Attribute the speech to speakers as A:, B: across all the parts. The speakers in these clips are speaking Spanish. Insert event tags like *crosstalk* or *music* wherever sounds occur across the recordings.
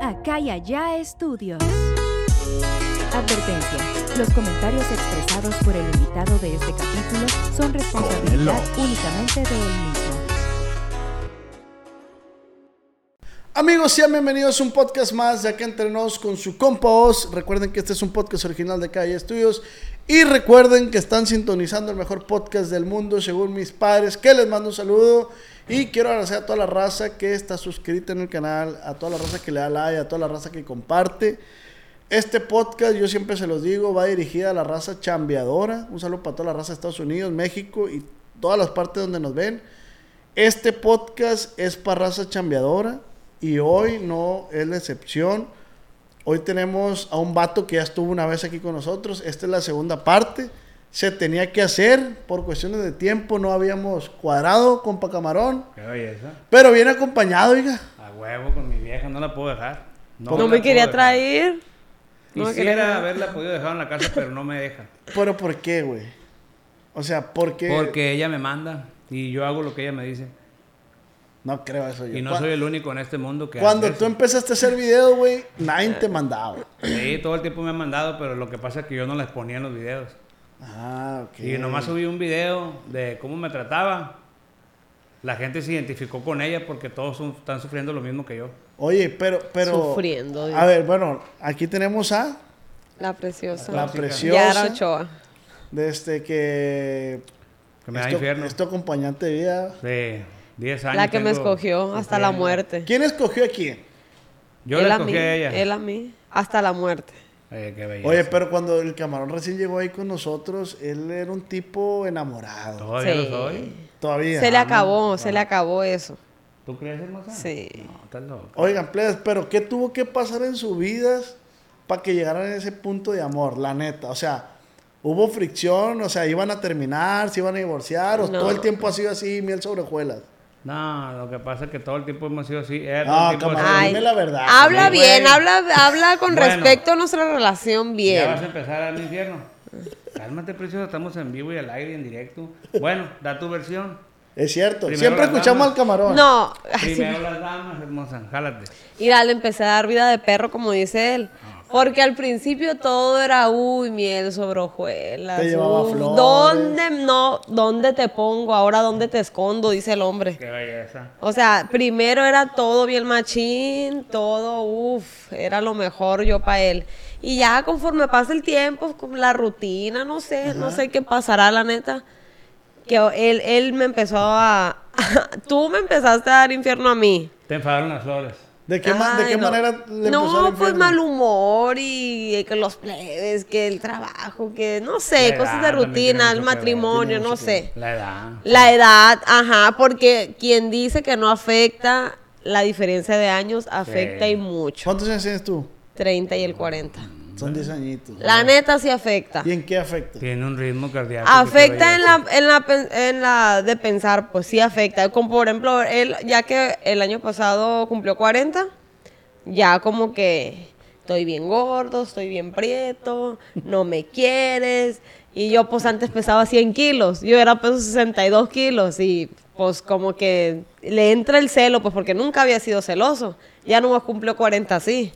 A: Acá y allá estudios. Advertencia. Los comentarios expresados por el invitado de este capítulo son responsabilidad únicamente de él mismo.
B: Amigos, sean bienvenidos a un podcast más de acá entre nos con su compa Oz. Recuerden que este es un podcast original de Calle Estudios. Y recuerden que están sintonizando el mejor podcast del mundo, según mis padres, que les mando un saludo. Y quiero agradecer a toda la raza que está suscrita en el canal, a toda la raza que le da like, a toda la raza que comparte. Este podcast, yo siempre se los digo, va dirigida a la raza chambeadora. Un saludo para toda la raza de Estados Unidos, México y todas las partes donde nos ven. Este podcast es para raza chambeadora y hoy no es la excepción. Hoy tenemos a un vato que ya estuvo una vez aquí con nosotros. Esta es la segunda parte. Se tenía que hacer por cuestiones de tiempo. No habíamos cuadrado con Pacamarón.
C: Qué belleza.
B: Pero bien acompañado, oiga.
C: A huevo con mi vieja, no la puedo dejar.
D: No,
C: la
D: me
C: puedo
D: quería
C: dejar.
D: traer. no me
C: Quisiera
D: quería-
C: haberla podido dejar en la casa, pero no me deja.
B: Pero ¿por qué, güey? O sea, ¿por *laughs* qué?
C: Porque ella me manda y yo hago lo que ella me dice.
B: No creo eso yo.
C: Y no
B: Cu-
C: soy el único en este mundo que
B: Cuando
C: hace
B: tú
C: eso.
B: empezaste a hacer video, güey, nadie te mandaba.
C: Sí, todo el tiempo me han mandado, pero lo que pasa es que yo no les ponía en los videos.
B: Ah, ok.
C: Y nomás subí un video de cómo me trataba. La gente se identificó con ella porque todos son- están sufriendo lo mismo que yo.
B: Oye, pero, pero.
D: Sufriendo, Dios.
B: A ver, bueno, aquí tenemos a
D: La preciosa.
B: la
D: Yara
B: preciosa.
D: Ochoa.
B: De este que.
C: Que me da
B: esto-
C: infierno.
B: esto acompañante de vida.
C: Sí, 10 años.
D: La que me
C: tengo
D: escogió hasta la
C: sufriendo.
D: muerte.
B: ¿Quién escogió a quién?
C: Yo
D: él
C: la
D: a mí,
C: escogí a ella.
D: Él a mí. Hasta la muerte.
C: Eh, qué belleza.
B: Oye, pero cuando el camarón recién llegó ahí con nosotros, él era un tipo enamorado.
C: Todavía lo
D: Sí.
C: soy. Ah,
B: Todavía.
D: se le acabó, se le acabó eso.
C: ¿Tú crees, hermosa?
D: Sí.
C: No, estás loca.
B: Oigan, plebes, pero ¿qué tuvo que pasar en sus vidas para que llegaran a ese punto de amor? La neta, o sea, ¿hubo fricción? O sea, ¿iban a terminar? ¿Se iban a divorciar? ¿O
D: No.
B: todo el tiempo ha sido así, miel sobre hojuelas?
C: No, lo que pasa es que todo el tiempo hemos sido así. Eh,
B: No,
C: todo el tiempo
B: camarón,
C: así.
B: dime la verdad.
D: Habla
C: güey.
D: bien, habla, habla con
C: Ah, Bueno.
D: respecto a nuestra relación
C: Ya vas a
D: bien.
C: empezar al infierno. Cálmate, preciosa, estamos en vivo y al aire y en directo. Bueno, da tu versión.
B: Es cierto,
C: Primero
B: siempre
C: las
B: escuchamos
C: damas.
B: al camarón.
D: No, *laughs* así-
C: Primero las damas, hermosa, jálate.
D: Mira, le empecé a dar vida de perro, como dice él.
C: Ah.
D: Porque al principio todo era, uy, miel sobre hojuelas.
B: Te llevaba
D: uy,
B: flores.
D: ¿Dónde no? ¿Dónde te pongo? Ahora, ¿dónde te escondo? Dice el hombre.
C: Qué belleza.
D: O sea, primero era todo bien machín, todo, uff, era lo mejor yo para él. Y ya conforme pasa el tiempo, con la rutina, no sé, no sé qué pasará, la neta. Que él, él me empezó a... *laughs* Tú me empezaste a dar infierno a mí.
C: Te enfadaron las flores.
B: ¿De qué, ma- de
D: Ay,
B: qué
D: no.
B: manera le
D: No,
B: empezó el
D: pues
B: infierno?
D: mal humor y eh, que los plebes, que el trabajo, que no sé,
C: La
D: cosas
C: edad
D: de
C: también tiene mucho
D: rutina, el
C: que ver,
D: matrimonio,
B: tiene
D: no
B: mucho que
D: sé.
C: La edad.
D: La edad, ajá, porque quien dice que no afecta la diferencia de años, afecta
C: Sí.
D: y mucho.
B: ¿Cuántos años tienes tú?
D: 30 y el 40.
B: Son 10 añitos.
D: La neta sí afecta.
B: ¿Y en qué afecta?
C: Tiene un ritmo cardíaco.
D: Afecta en la, en, la, pen- en la de pensar, pues sí afecta. Como por ejemplo, él, ya que el año pasado cumplió 40, ya como que estoy bien gordo, estoy bien prieto, no me quieres. Y yo pues antes pesaba 100 kilos, yo era pues, peso 62 kilos y pues como que le entra el celo, pues porque nunca había sido celoso. Ya no cumplió 40 así.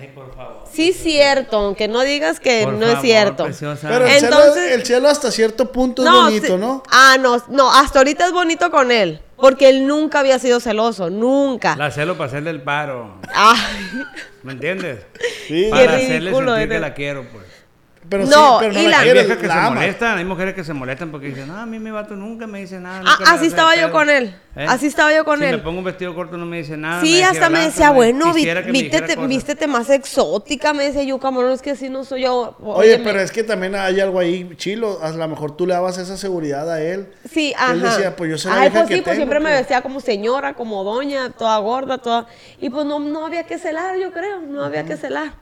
C: Ay, por favor.
D: Sí cierto, aunque no digas que
C: Por
D: Eh, no es
C: favor,
D: cierto.
C: preciosa.
B: Pero el, cielo,
D: Entonces-
B: el cielo hasta cierto punto es bonito,
D: sí-
B: ¿no?
D: Ah, no, no, hasta ahorita es bonito con él, porque él nunca había sido celoso, nunca.
C: La celo para hacerle el paro.
D: Ay,
C: ¿Me entiendes?
B: Sí.
C: para
D: *laughs* Qué
C: hacerle
D: ridículo
C: sentir que
D: eres.
C: la quiero, pues.
B: Pero sí,
D: No,
B: pero no
D: y
B: la,
D: la-
C: Hay
D: Eres-
B: quieres,
C: viejas que
B: la
C: se
B: amas.
C: molestan, hay mujeres que se molestan porque dicen, ah, a mí mi vato nunca me dice nada.
D: Ah,
C: nunca me
D: así
C: hace
D: estaba yo
C: pedo".
D: con él. Así estaba yo con
C: Si
D: él.
C: me pongo un vestido corto no Ah, me dice nada.
D: Sí,
C: decía
D: hasta me
C: blanco,
D: decía,
C: me-
D: bueno, vi-
C: pues, quisiera que me dijera
D: vístete,
C: cosas".
D: vístete más exótica, me decía yo, camarón, es que así no soy yo.
B: Oye,
D: Óyeme.
B: pero es que también hay algo ahí chilo. A lo mejor tú le dabas esa seguridad a él.
D: Sí,
B: Que
D: ajá.
B: Él decía, pues yo sé la
D: Ay,
B: vieja
D: pues
B: que
D: sí, pues
B: tengo,
D: siempre me
B: pues.
D: vestía como señora, como doña, toda gorda, toda. Y pues no, no había que celar, yo creo, no había que celar.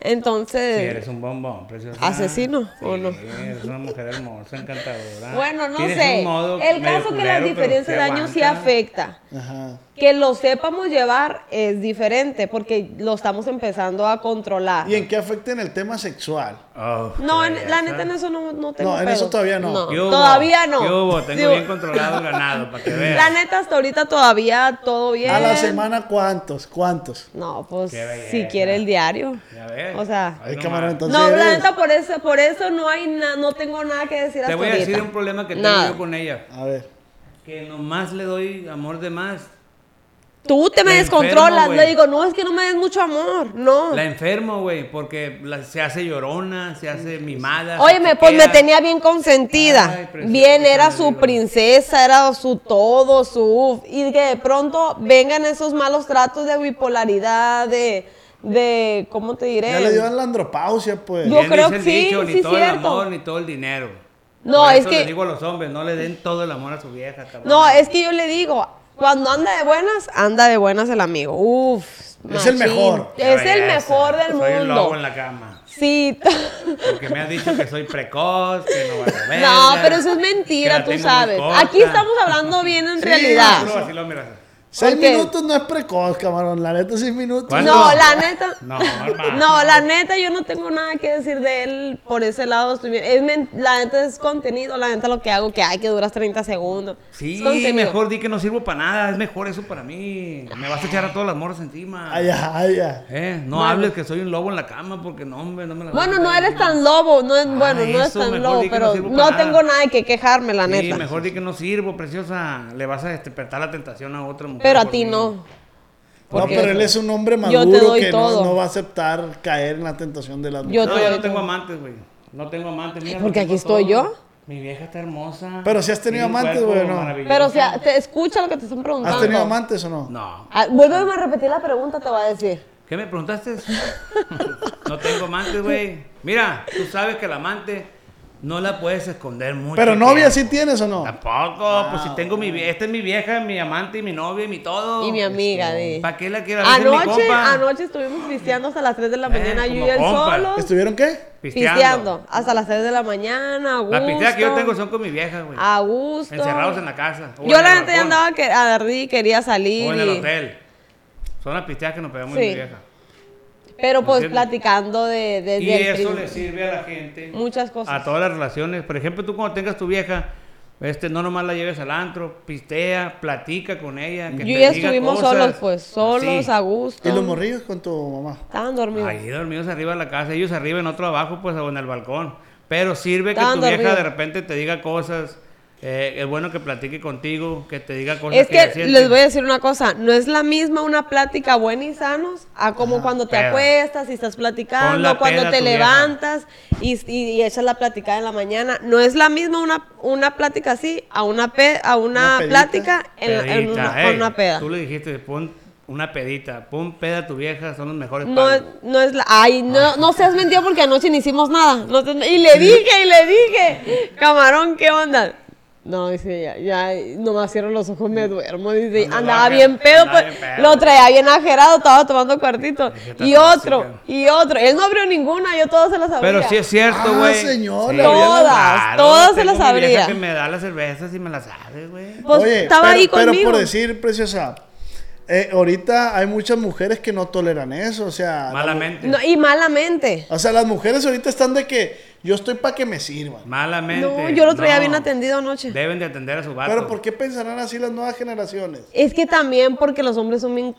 C: Sí,
D: Entonces,
C: eres un bombón, precioso.
D: ¿Asesino o no?
C: Eres una mujer hermosa, encantadora.
D: bueno, no
C: Tienes
D: sé.
C: un modo
D: El
C: medio
D: caso que
C: culero,
D: las
C: pero
D: diferencias
C: te
D: de años sí
C: aguanta.
D: afecta.
B: Ajá.
D: Que lo sepamos llevar es diferente porque lo estamos empezando a controlar.
B: ¿Y en qué afecta en el tema sexual?
C: Oh,
D: No,
C: qué
D: en-
C: belleza.
D: la neta en eso no, no tengo
B: No, en eso
D: pedo.
B: todavía no.
C: ¿Qué hubo?
D: todavía no.
C: ¿Qué hubo? Tengo
D: Sí, hubo.
C: bien controlado el ganado, para que veas.
D: *laughs* La neta hasta ahorita todavía todo bien.
B: A la semana, ¿cuántos? ¿Cuántos?
D: No, pues
C: Qué belleza.
D: si quiere el diario.
C: Ya ves.
D: O sea,
B: Ay,
C: no
B: camarón,
C: más.
B: entonces.
D: no, la
B: eres-
D: neta por eso, por eso no hay na- no tengo nada que decir
C: Te
D: hasta
C: voy a decir
D: ahorita.
C: un problema que tengo
D: Nada.
C: yo con ella.
B: A ver.
C: Que nomás le doy amor de más.
D: Tú te me
C: La
D: descontrolas,
C: enfermo,
D: le
C: güey.
D: digo, "No, es que no me des mucho amor." No.
C: La enfermo, güey, porque la- se hace llorona, se hace mimada.
D: Óyeme,
C: se
D: pues me
C: queda.
D: tenía bien consentida.
C: Ay, preciosa,
D: bien, era su
C: digo.
D: princesa, era su todo, su uf. Y que de pronto vengan esos malos tratos de bipolaridad, de, de ¿cómo te diré?
B: Ya le dio la andropausia, pues.
D: Yo-
C: Bien
D: creo
C: dice el
D: que sí,
C: dicho,
D: sí,
C: Ni todo el
D: cierto.
C: amor, ni todo el dinero.
D: No,
C: Por
D: es
C: eso
D: que-
C: Les digo a los hombres, no le den todo el amor a su vieja, cabrón.
D: No, es que yo le digo, cuando anda de buenas, anda de buenas el amigo. Uf.
B: Es el
D: machín.
B: mejor.
C: Qué
D: Es el
C: belleza.
D: mejor del
C: Soy un lobo en
D: mundo.
C: la cama.
D: Sí. *laughs*
C: Porque me han dicho que soy precoz, que no vale verga,
D: *laughs* No, pero eso es
C: que
D: mentira,
C: la
D: tú
C: tengo muy
D: sabes.
C: corta.
D: Aquí estamos
C: *laughs*
D: hablando bien en
B: Sí,
D: realidad.
C: Así lo- así lo miras.
B: Seis
D: ¿Por qué?
B: minutos no es precoz, camarón. La neta, seis minutos.
C: ¿Cuánto?
D: No, la neta.
C: No, hermano.
D: No, la neta, yo no tengo nada que decir de él por ese lado. Estoy bien. Es men- la neta es contenido, la neta lo que hago, que hay que duras 30 segundos.
C: Sí,
D: Es contenido.
C: mejor di que no sirvo para nada, es mejor eso para mí. Me vas a echar a todas las morras encima.
B: Ay, ay, ay.
C: Eh, no hables que soy un lobo en la cama porque no, hombre, no me la
D: Bueno, no eres tan lobo, no es, bueno, no eres
C: Ah, eso,
D: tan
C: mejor
D: lobo,
C: di que no
D: pero
C: sirvo
D: no,
C: para nada.
D: tengo nada que quejarme, la
C: Sí,
D: neta.
C: mejor di que no sirvo, preciosa. Le vas a despertar la tentación a otra mujer.
D: Pero a
C: por
D: ti
C: mí.
D: no.
B: No,
D: Porque
B: pero él es un hombre
D: yo te
B: maduro
D: doy
B: que no,
D: todo.
B: no va a aceptar caer en la tentación de las
D: Yo
C: No,
D: te
C: yo
D: doy
C: no tengo
D: todo.
C: amantes, güey. No tengo amantes. Mira,
D: Porque
C: lo
D: aquí
C: tengo
D: estoy yo.
C: Mi vieja está hermosa.
B: Pero si has tenido
C: Tiene un
B: amantes,
C: cuerpo
B: güey, ¿no?
C: maravilloso.
D: Pero o sea, te escucha lo que te están preguntando.
B: ¿Has tenido amantes o no?
C: No.
D: Ah, Vuélveme a repetir la pregunta, te voy a decir.
C: ¿Qué me preguntaste? *laughs* no tengo amantes, güey. Mira, tú sabes que el amante no la puedes esconder mucho.
B: Pero novia sí
C: tiempo.
B: tienes o no?
C: Tampoco, pues si tengo mi vieja, esta es mi vieja, mi amante y mi novia y mi todo.
D: Ah, Y mi amiga, de.
C: ¿Para qué la quiero? A veces mi
D: Anoche,
C: compa.
D: anoche estuvimos pisteando hasta las 3 de la
C: Eh,
D: mañana, yo y
C: como
D: él
C: compa.
D: solo.
B: ¿Estuvieron qué?
D: Pisteando. Hasta las 3 de la mañana, a gusto.
C: Las pisteas que yo tengo son con mi vieja, güey.
D: A gusto.
C: Encerrados en la casa. o
D: Yo
C: en
D: la
C: el
D: gente ya
C: balcón,
D: andaba que a Dardi quería salir.
C: O en el
D: y-
C: hotel. Son las pisteas que nos pegamos
D: Sí.
C: mi vieja.
D: Pero pues
C: ¿Entiendes?
D: platicando de, desde
C: Y
D: el
C: eso
D: principio.
C: le sirve a la gente.
D: Muchas cosas.
C: A todas las relaciones. Por ejemplo, tú cuando tengas tu vieja, este, no nomás la lleves al antro, pistea, platica con ella. Que
D: Yo
C: te
D: ya
C: diga
D: estuvimos
C: cosas.
D: solos, pues, solos,
C: Sí.
D: a gusto.
B: ¿Y los morrillos con tu mamá?
D: Estaban dormidos.
C: Ahí dormidos arriba de la casa, ellos arriba en otro abajo, pues, o en el balcón. Pero sirve que tu
D: Estaban
C: vieja
D: dormidos.
C: de repente te diga cosas. eh, es bueno que platique contigo, que te diga cosas.
D: Es que
C: ella siente.
D: les voy a decir una cosa, no es la misma una plática buena y sanos a como cuando te
C: peda.
D: acuestas y estás platicando,
C: Ponla
D: cuando
C: peda
D: te
C: tu vieja.
D: levantas y, y- y echas la plática en la mañana. No es la misma una, una plática así a una, pe- a una,
B: Una pedita.
D: plática en, en
C: Pedita,
D: una,
C: ey,
D: con una peda.
C: Tú le dijiste, pon una pedita, pon peda a tu vieja, son los mejores
D: No, es-
C: palos.
D: no es la... Ay,
C: Ah.
D: no, no seas mentido porque anoche no hicimos nada. No te- y le dije, y le dije, camarón, ¿qué onda? No, dice, ya, ya, nomás cierro los ojos, me duermo. Dice,
C: Andaba
D: andaba
C: bien-
D: bien pedo,
C: andaba
D: pues,
C: bien pedo.
D: lo traía bien ajerado, estaba tomando cuartito.
C: está
D: Y
C: tóxica.
D: otro, y otro. Él no abrió ninguna, yo todas se las abría.
C: Pero sí es cierto,
B: Ah,
C: güey.
B: señora,
D: Todas, todas se
C: tengo
D: las
C: mi vieja
D: abría.
C: que me da las cervezas y me las abre, güey.
D: Pues estaba
B: pero,
D: ahí
B: pero
D: conmigo.
B: por decir, preciosa, eh, ahorita hay muchas mujeres que no toleran eso, o sea... la mu-
C: Malamente.
D: No, y malamente.
B: o sea, las mujeres ahorita están de que yo estoy para que me sirvan.
C: Malamente.
D: No, yo lo traía
C: no.
D: bien atendido anoche.
C: Deben de atender a su vato.
B: Pero ¿por qué pensarán así las nuevas generaciones?
D: Es que también porque los hombres son bien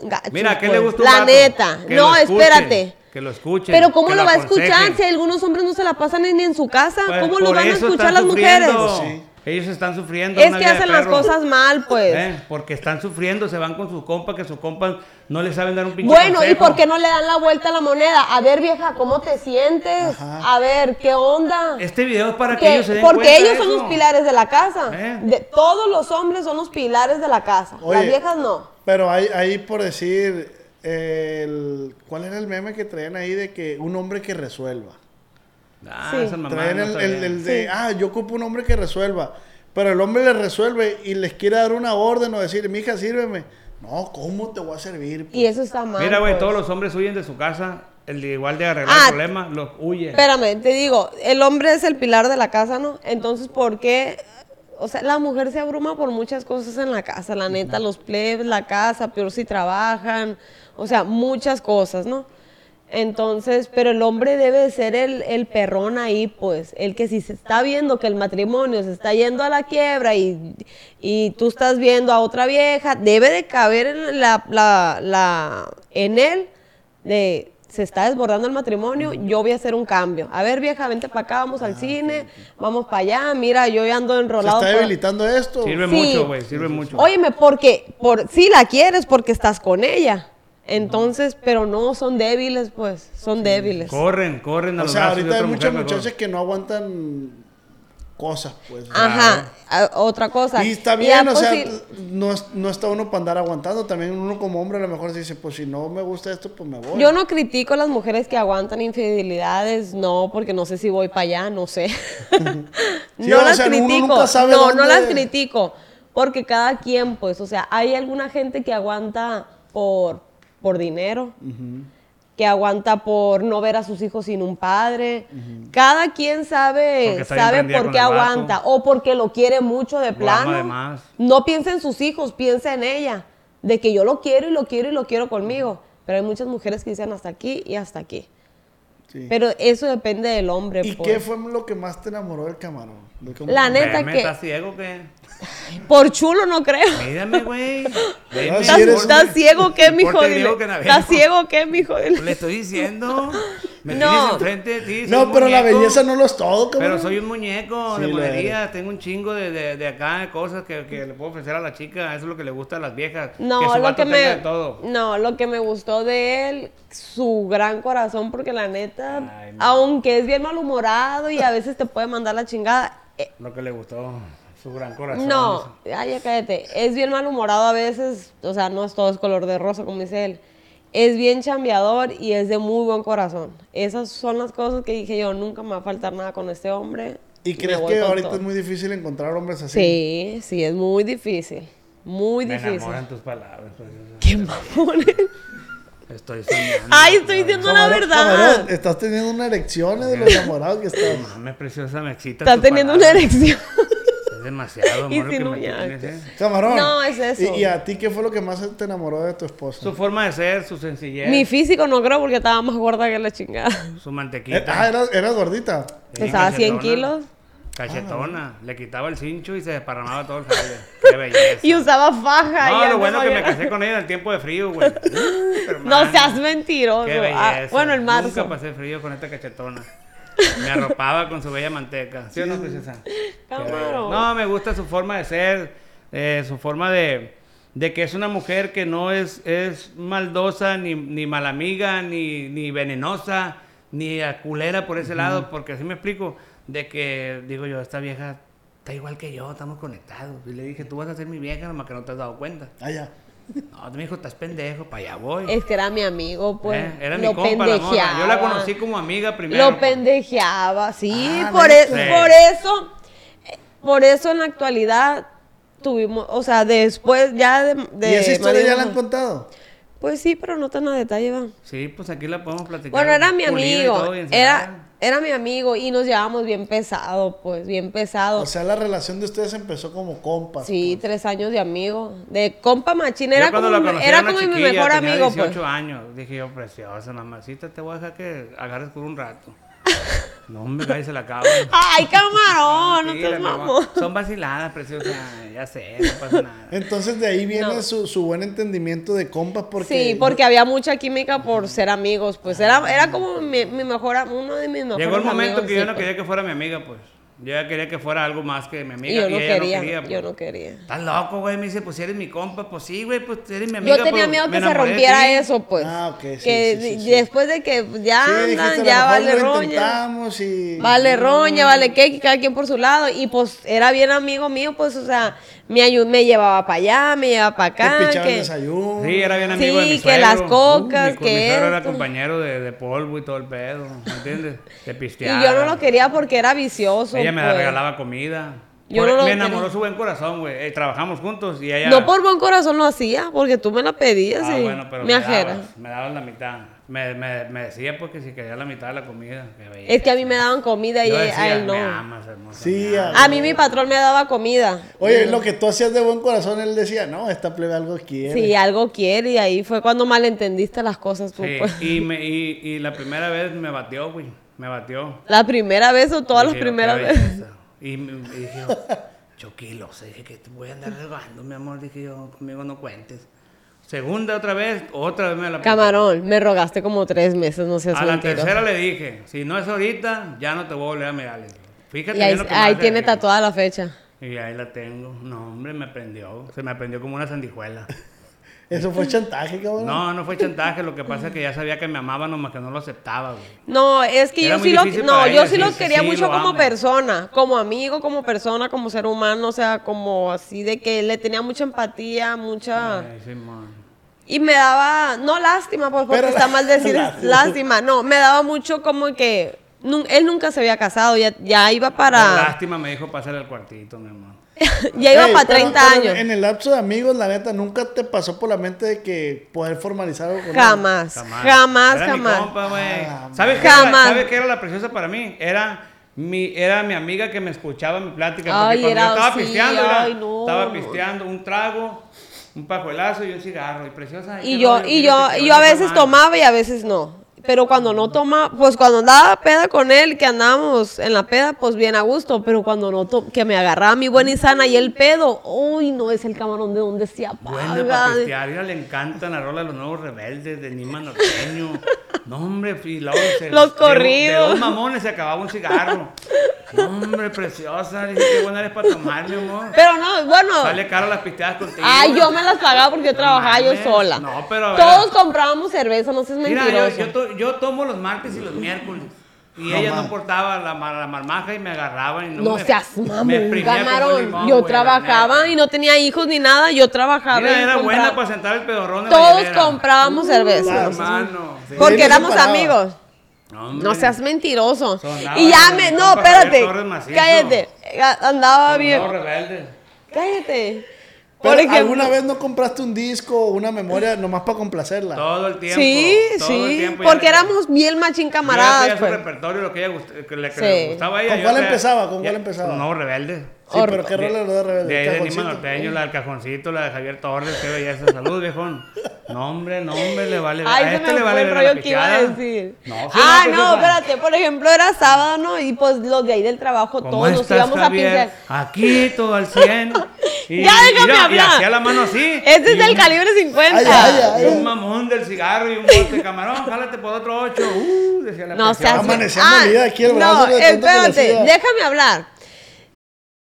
D: gachos,
C: Mira, ¿qué le
D: pues.
C: gusta a un
D: La
C: vato?
D: neta.
C: Que
D: no,
C: lo escuchen,
D: espérate.
C: que lo escuchen,
D: Pero ¿cómo
C: que
D: lo
C: lo
D: va a escuchar
C: aconsejen.
D: si algunos hombres no se la pasan ni en su casa?
C: Pues,
D: ¿Cómo lo
C: por
D: van a
C: eso
D: escuchar
C: están
D: las mujeres?
C: sufriendo.
B: Sí.
C: Ellos están sufriendo.
D: Es
C: una
D: que
C: vida de
D: hacen las
C: perro.
D: cosas mal, pues.
C: ¿Eh? Porque están sufriendo, se van con sus compas, que sus compas no les saben dar un pinche
D: Bueno, ¿y
C: consejo.
D: por qué no le dan la vuelta a la moneda? A ver, vieja, ¿cómo te sientes? A ver, ¿qué onda?
C: Este video es para que,
D: Que-
C: ellos se den
D: porque
C: cuenta
D: ellos
C: de
D: son
C: eso.
D: los pilares de la casa.
C: ¿Eh?
D: De- todos los hombres son los pilares de la casa. Las
B: Oye.
D: viejas no.
B: Pero ahí, ahí por decir, el, ¿cuál era el meme que traían ahí de que un hombre que resuelva?
C: Ah,
D: Sí.
C: esa mamá
B: Traían
C: no
B: el,
C: está
B: el-
C: bien.
B: el de, ah, yo ocupo un hombre que resuelva. Pero el hombre le resuelve y les quiere dar una orden o decir, mija, sírveme. No, ¿cómo te voy a servir?
D: Y eso está mal.
C: Mira, güey,
D: pues.
C: todos los hombres huyen de su casa, el de igual de arreglar el
D: Ah,
C: problema, los huyen.
D: Espérame, te digo, el hombre es el pilar de la casa, ¿no? Entonces, ¿por qué? O sea, la mujer se abruma por muchas cosas en la casa, la neta, los plebes, la casa, peor si trabajan, o sea, muchas cosas, ¿no? Entonces, pero el hombre debe de ser el, el perrón ahí, pues, el que si se está viendo que el matrimonio se está yendo a la quiebra y, y tú estás viendo a otra vieja, debe de caber en, la, la- la- en él de se está desbordando el matrimonio, yo voy a hacer un cambio. A ver, vieja, vente para acá, vamos al cine, vamos para allá, mira, yo ya ando
B: Ah, Pues, Se
D: enrolado.
B: está
D: por-
B: debilitando esto.
C: Sirve
D: Sí.
C: mucho, güey, sirve mucho.
D: Óyeme, porque por, si la quieres, porque estás con ella. Entonces, pero no, son débiles, pues, son débiles.
C: Corren, corren a
B: O
C: los
B: sea,
C: brazos de
B: ahorita hay
C: otra
B: muchas
C: mujer mejor.
B: muchachas que no aguantan cosas, pues.
D: Ajá, a- otra cosa.
B: Y está
D: Ya,
B: bien, o
D: pues,
B: sea,
D: sí,
B: no, es- no está uno para andar aguantando. También uno como hombre a lo mejor se dice, pues si no me gusta esto, pues me voy.
D: yo no critico a las mujeres que aguantan infidelidades, no, porque no sé si voy para allá,
B: *laughs*
D: no sé. no
B: o
D: las
B: sea, uno nunca
D: critico.
B: sabe
D: no, no
B: dónde-
D: las critico. Porque cada quien, pues, o sea, hay alguna gente que aguanta por, por dinero. que aguanta por no ver a sus hijos sin un padre. Cada quien
C: Porque
D: sabe,
C: está bien
D: sabe
C: prendida
D: por
C: con
D: qué
C: el vato.
D: aguanta o porque lo quiere mucho de plano.
C: además.
D: No piensa en sus hijos, piensa en ella, de que yo lo quiero y lo quiero y lo quiero conmigo. Pero hay muchas mujeres que dicen hasta aquí y hasta aquí.
B: Sí.
D: Pero eso depende del hombre.
B: ¿Y
D: pues.
B: qué fue lo que más te enamoró del camarón? Del camarón.
D: La
C: Veme,
D: neta
C: ¿Estás
D: que
C: ciego que?
D: por chulo no creo.
C: Mírame, güey. Veme,
B: Así
D: *laughs* ¿Estás,
B: eres-
C: porque-
D: estás ciego qué, mijo?
C: Porque
D: Dile.
C: digo que navego.
D: ¿Estás ciego qué, mijo? Dile.
C: *laughs* Le estoy diciendo. Me
D: No.
C: tienes enfrente de ti. soy
B: no,
C: un
B: pero la
C: muñeco.
B: belleza no lo es todo, cabrón.
C: Pero soy un muñeco
B: Sí,
C: de
B: lo
C: monería, tengo un chingo de, de, de acá de cosas que, que le puedo ofrecer a la chica, eso es lo que le gusta a las viejas. que
D: No,
C: su
D: lo
C: vato
D: que
C: tenga de
D: me
C: todo.
D: no, lo que me gustó de él, su gran corazón, porque la neta,
C: Ay, no.
D: aunque es bien malhumorado y a veces te puede mandar la chingada, eh,
C: Lo que le gustó, su gran corazón.
D: no, ay, ya cállate, es bien malhumorado a veces, o sea, no es todo es color de rosa como dice él, es bien chambeador y es de muy buen corazón. Esas son las cosas que dije yo, nunca me va a faltar nada con este hombre.
B: ¿Y
D: me
B: crees
D: voy
B: que
D: con
B: ahorita
D: todo.
B: es muy difícil encontrar hombres así?
D: Sí, sí, es muy difícil, muy
C: Me
D: difícil.
C: enamoran tus palabras. pues,
D: Qué mamones.
C: Estoy soñando.
D: *laughs* Ay, estoy diciendo la
B: Camarón,
D: verdad.
B: camarón, estás teniendo una erección de lo enamorado que estás.
C: Mames, preciosa, me excita.
D: Está
C: tu
D: teniendo una
C: palabra.
D: erección.
C: Es demasiado,
D: *laughs*
C: amor,
D: Y
C: lo
D: sin
C: que me
D: uñas.
C: tienes, ¿eh?
B: Camarón.
D: No, es eso.
B: ¿Y, y a ti qué fue lo que más te enamoró de tu esposa? Eh,
C: Su forma de ser, su sencillez,
D: Mi físico no creo porque estaba más gorda que la chingada.
C: su
B: Eh,
C: mantequita.
B: ah, eras, eras gordita.
C: Sí,
D: Pesaba 100
C: cachetona.
D: kilos
B: Ah,
C: Cachetona. Le quitaba el cincho y se desparramaba todo el jale.
D: *laughs*
C: Qué belleza.
D: y usaba faja. y
C: No,
D: andaba
C: lo bueno que me
D: bien-
C: casé con ella en el tiempo de frío, güey.
D: *laughs*
C: Uh, hermano,
D: No seas mentiroso.
C: Qué
D: Ah,
C: belleza.
D: bueno, en marzo.
C: Nunca pasé frío con esta cachetona. Me arropaba con su bella manteca. ¿Sí o no, princesa?
D: Camarón.
C: No, me gusta su forma de ser, eh, su forma de, de que es una mujer que no es, es maldosa, ni, ni mala amiga, ni, ni venenosa, ni a culera por ese lado, porque así me explico, de que digo yo, esta vieja está igual que yo, estamos conectados. Y le dije, tú vas a ser mi vieja, nomás que no te has dado cuenta.
B: Ah, ya.
C: No, me dijo, estás pendejo, para allá voy.
D: Es que era mi amigo, pues.
C: Eh, Era mi
D: lo
C: compa la morra. Yo la
D: pendejeaba.
C: conocí como amiga primero.
D: Lo
C: pues.
D: pendejeaba, sí,
B: Ah,
D: por,
B: no
D: e-
C: sé.
D: por eso, eh, por eso en la actualidad tuvimos, o sea, después ya de... de
B: ¿Y esa historia
D: marido,
B: ya la han
D: no.
B: contado?
D: Pues sí, pero no tan a detalle, va.
C: Sí, pues aquí la podemos platicar.
D: Bueno, era mi
C: pulida y
D: amigo.
C: todo, y encerrada.
D: Era, era mi amigo y nos llevábamos bien pesado, pues, bien pesado.
B: O sea, la relación de ustedes empezó como compas.
D: sí, tres años de amigo. De compa machín,
C: Yo
D: era
C: cuando
D: como,
C: la
D: mi-
C: conocí
D: era
C: una
D: como mi
C: chiquilla,
D: mejor
C: tenía
D: amigo,
C: 18
D: pues.
C: años. Dije yo, preciosa, mamacita, te voy a dejar que agarres por un rato. No, hombre, ahí se la acabo.
D: Ay, camarón, *laughs* no
C: Tranquila,
D: seas
C: mi amor.
D: mamón.
C: Son vaciladas, preciosa. Ya sé, no pasa
D: *laughs*
C: nada.
B: pues. Entonces de ahí viene su, su buen entendimiento de compas porque...
D: Sí, porque había mucha química por ser amigos, pues. Era, era como mi, mi mejor, am- uno de mis mejores amigos.
C: Llegó el momento que
D: sí,
C: yo no
D: pues.
C: quería que fuera mi amiga, pues. Yo ya quería que fuera algo más que mi amiga.
D: Y yo
C: y
D: no
C: ella
D: quería,
C: pues.
D: yo no quería.
C: Estás loco, güey. Me dice, pues si eres mi compa, pues sí, güey, pues eres mi amiga.
D: Yo tenía
C: pues,
D: miedo
C: me
D: que se
C: enamoré de
D: rompiera
C: ti.
D: eso, pues.
B: Ah, ok, sí,
D: que
B: sí, sí,
D: di-
B: sí.
D: después de que ya
B: Sí, dijiste,
D: andan,
B: a
D: ya
B: lo
D: vale
B: mejor lo
D: roña.
B: intentamos y...
D: Vale roña, vale que cada quien por su lado. Y pues era bien amigo mío, pues, o sea, me, ayu- me llevaba para allá, me llevaba para
B: Te
D: acá.
B: pichaba el
D: que-
B: desayuno.
C: Sí, era bien amigo de
D: Sí,
C: mi
D: que las
C: suegro.
D: cocas,
C: mi,
D: que
C: mi suegro era
D: esto.
C: compañero de, de polvo y todo el pedo, ¿me entiendes? Te
D: *laughs* y
C: pisteaba.
D: yo no lo quería porque era vicioso.
C: Ella me
D: pues.
C: regalaba comida.
D: Yo
C: Por-
D: no lo
C: me enamoró
D: quería.
C: su buen corazón, güey. Eh, trabajamos juntos y ella...
D: No por buen corazón lo hacía, porque tú me la pedías
C: Ah,
D: y
C: bueno, pero me,
D: me ajera.
C: dabas, me dabas la mitad. Me, me, me decía porque si quería la mitad de la comida. qué belleza.
D: Es que a mí me daban comida y
C: Yo
D: a-
C: decía,
D: a él no.
C: Me amas, hermosa.
B: Sí,
C: me
B: a-
C: amas".
D: A mí mi patrón me daba comida.
B: Oye, lo que tú hacías de buen corazón, él decía, no, esta plebe algo quiere.
D: Sí, algo quiere y ahí fue cuando malentendiste las cosas tú.
C: Sí,
D: pues.
C: y, me, y, y la primera vez me batió, güey. Me batió.
D: La primera vez o todas las
C: Dije yo,
D: primeras
C: "Qué
D: veces.
C: belleza". Y me, me dije yo, *laughs* yo kilos. Dije que te voy a andar regando, mi amor. Dije yo, conmigo no cuentes. Segunda otra vez, otra vez me la aplicó.
D: Camarón, me rogaste como tres meses, no seas
C: A la
D: mentiroso.
C: tercera le dije, si no es ahorita, ya no te voy a volver a mirar. le dije. Fíjate
D: Y ahí,
C: bien lo que me
D: ahí
C: hace,
D: tiene
C: dije.
D: tatuada la fecha.
C: Y ahí la tengo. No, hombre, me prendió. Se me prendió como una
D: *laughs*
C: sandijuela.
B: Eso fue chantaje, cabrón.
C: No, no fue chantaje. Lo que pasa es que ya sabía que me amaba, nomás que no lo aceptaba, güey.
D: No, es que
C: Era
D: yo
C: muy
D: sí lo,
C: difícil
D: no,
C: para
D: yo
C: ella,
D: sí
C: sí,
D: lo
C: sí,
D: quería
C: sí,
D: mucho
C: lo
D: como
C: amo.
D: persona, como amigo, como persona, como ser humano, o sea, como así de que le tenía mucha empatía, mucha...
C: Ay, Simón.
D: Y me daba, no lástima, pues porque
B: Pero
D: está
B: la-
D: mal decir
B: lástima.
D: lástima, no, me daba mucho como que nun- él nunca se había casado, ya, ya iba
C: Por
D: para,
C: Lástima me dijo pasar al cuartito, mi amor.
D: *laughs* ya iba
B: Ey,
D: para
B: pero-
D: 30
B: pero
D: años.
B: En el lapso de amigos, la neta, nunca te pasó por la mente de que poder formalizar algo con
D: jamás, jamás,
C: Era mi
D: jamás.
C: compa, güey.
B: Ah,
C: ¿Sabes qué, era la,
D: Jamás.
C: ¿Sabes qué era la preciosa para mí? Era mi, era mi amiga que me escuchaba mi plática. Porque
D: Ay,
C: cuando
D: era-
C: yo estaba
D: sí,
C: pisteando, era-
D: ay, no,
C: estaba
D: no.
C: pisteando un trago, un pajuelazo y un cigarro. Y preciosa.
D: Y
C: qué
D: yo,
C: rollo,
D: y yo,
C: fíjate que
D: y yo a
C: no
D: veces
C: tomaba.
D: tomaba y a veces no. Pero cuando no tomaba, pues cuando andaba peda con él, que andábamos en la peda, pues bien a gusto. Pero cuando no, to- que me agarraba mi buena y sana y el pedo, uy, no es el camarón de donde se
C: Buena para
D: apaga.
C: pistear, mira, le encantan la rola de los nuevos rebeldes, de Nima Norteño. No, hombre, y luego se-
D: Los
C: de-
D: corridos.
C: De dos mamones se acababa un cigarro. No, hombre, preciosa, dice que buena eres para tomar, mi amor.
D: Pero no, bueno.
C: Sale caro las pisteadas contigo.
D: Ay, yo me las pagaba porque yo trabajaba yo
C: mames.
D: sola.
C: No, pero,
D: Todos
C: mira.
D: comprábamos cerveza, no seas
C: Mira,
D: mentiroso.
C: yo, yo, to- yo tomo los martes y los miércoles. Y
B: No
C: ella
B: mames.
C: no portaba la, ma- la marmaja y me agarraban. Y no,
D: No
C: me-
D: seas
C: me
D: mamón,
C: exprimía como
D: camarón.
C: limón,
D: yo
C: güey, la
D: trabajaba
C: neta.
D: y no tenía hijos ni nada, yo trabajaba.
C: Mira,
D: y
C: era buena
D: compraba.
C: para sentar el pedorrón de
D: Todos
C: mañanera.
D: comprábamos cerveza.
C: Hermano. sí.
B: Por-
D: Porque
B: Él no se
D: éramos
B: paraba.
D: amigos.
C: Hombre.
D: No seas mentiroso.
C: Sonaba
D: Y ya
C: el
D: me. No,
C: compa
D: espérate.
C: Javier Torres Macizo.
D: Cállate. Eh, Andaba
C: Los
D: bien.
C: nuevos rebeldes.
D: Cállate.
B: Pero
D: Por ejemplo-
B: alguna vez no compraste un disco o una memoria nomás para complacerla.
C: Todo el tiempo.
D: Sí,
C: todo el
D: sí.
C: tiempo ya
D: porque
C: le-
D: éramos bien machín
C: yo ya sabía
D: camaradas.
C: su
D: pues.
C: repertorio, lo que, ella gust- que le, que
D: Sí.
C: le gustaba a ella.
B: ¿Con
C: yo
B: cuál
C: ya-
B: empezaba? ¿Con
C: ya-
B: cuál empezaba?
C: No, rebelde.
B: Sí,
D: Or-
B: pero qué rola de los de
C: De,
B: rebelde.
C: de Nima
B: Cajoncito.
C: Norteño, la del cajoncito, la de Javier Torres, qué belleza. Salud, viejón. No, hombre, no, hombre, le vale.
D: Ay,
C: a
D: se
C: este
D: me
C: le vale
D: fue el
C: ver a la
D: rollo que iba a
C: picada.
D: decir.
C: No, sí,
D: ah,
C: pues,
D: no,
C: esa-
D: espérate. Por ejemplo, era sábado, ¿no? Y pues los de ahí del trabajo,
C: ¿Cómo
D: todos nos
C: estás,
D: íbamos a
C: Javier?
D: pintar.
C: Aquí, todo al
D: *laughs*
C: 100. Y,
D: ya déjame
C: mira,
D: hablar.
C: Y hacía la mano así.
D: Este
C: y
D: es el
C: un-
D: calibre 50.
B: Ay, ay, ay.
C: y un mamón del cigarro y un bote de camarón. Jálate por otro ocho. Uh, decía la
D: No
C: preciosa.
D: seas. ah,
B: Amanecía molida aquí el brazo
D: no,
B: de tanto que lo
D: espérate.
B: hacía.
D: Déjame hablar.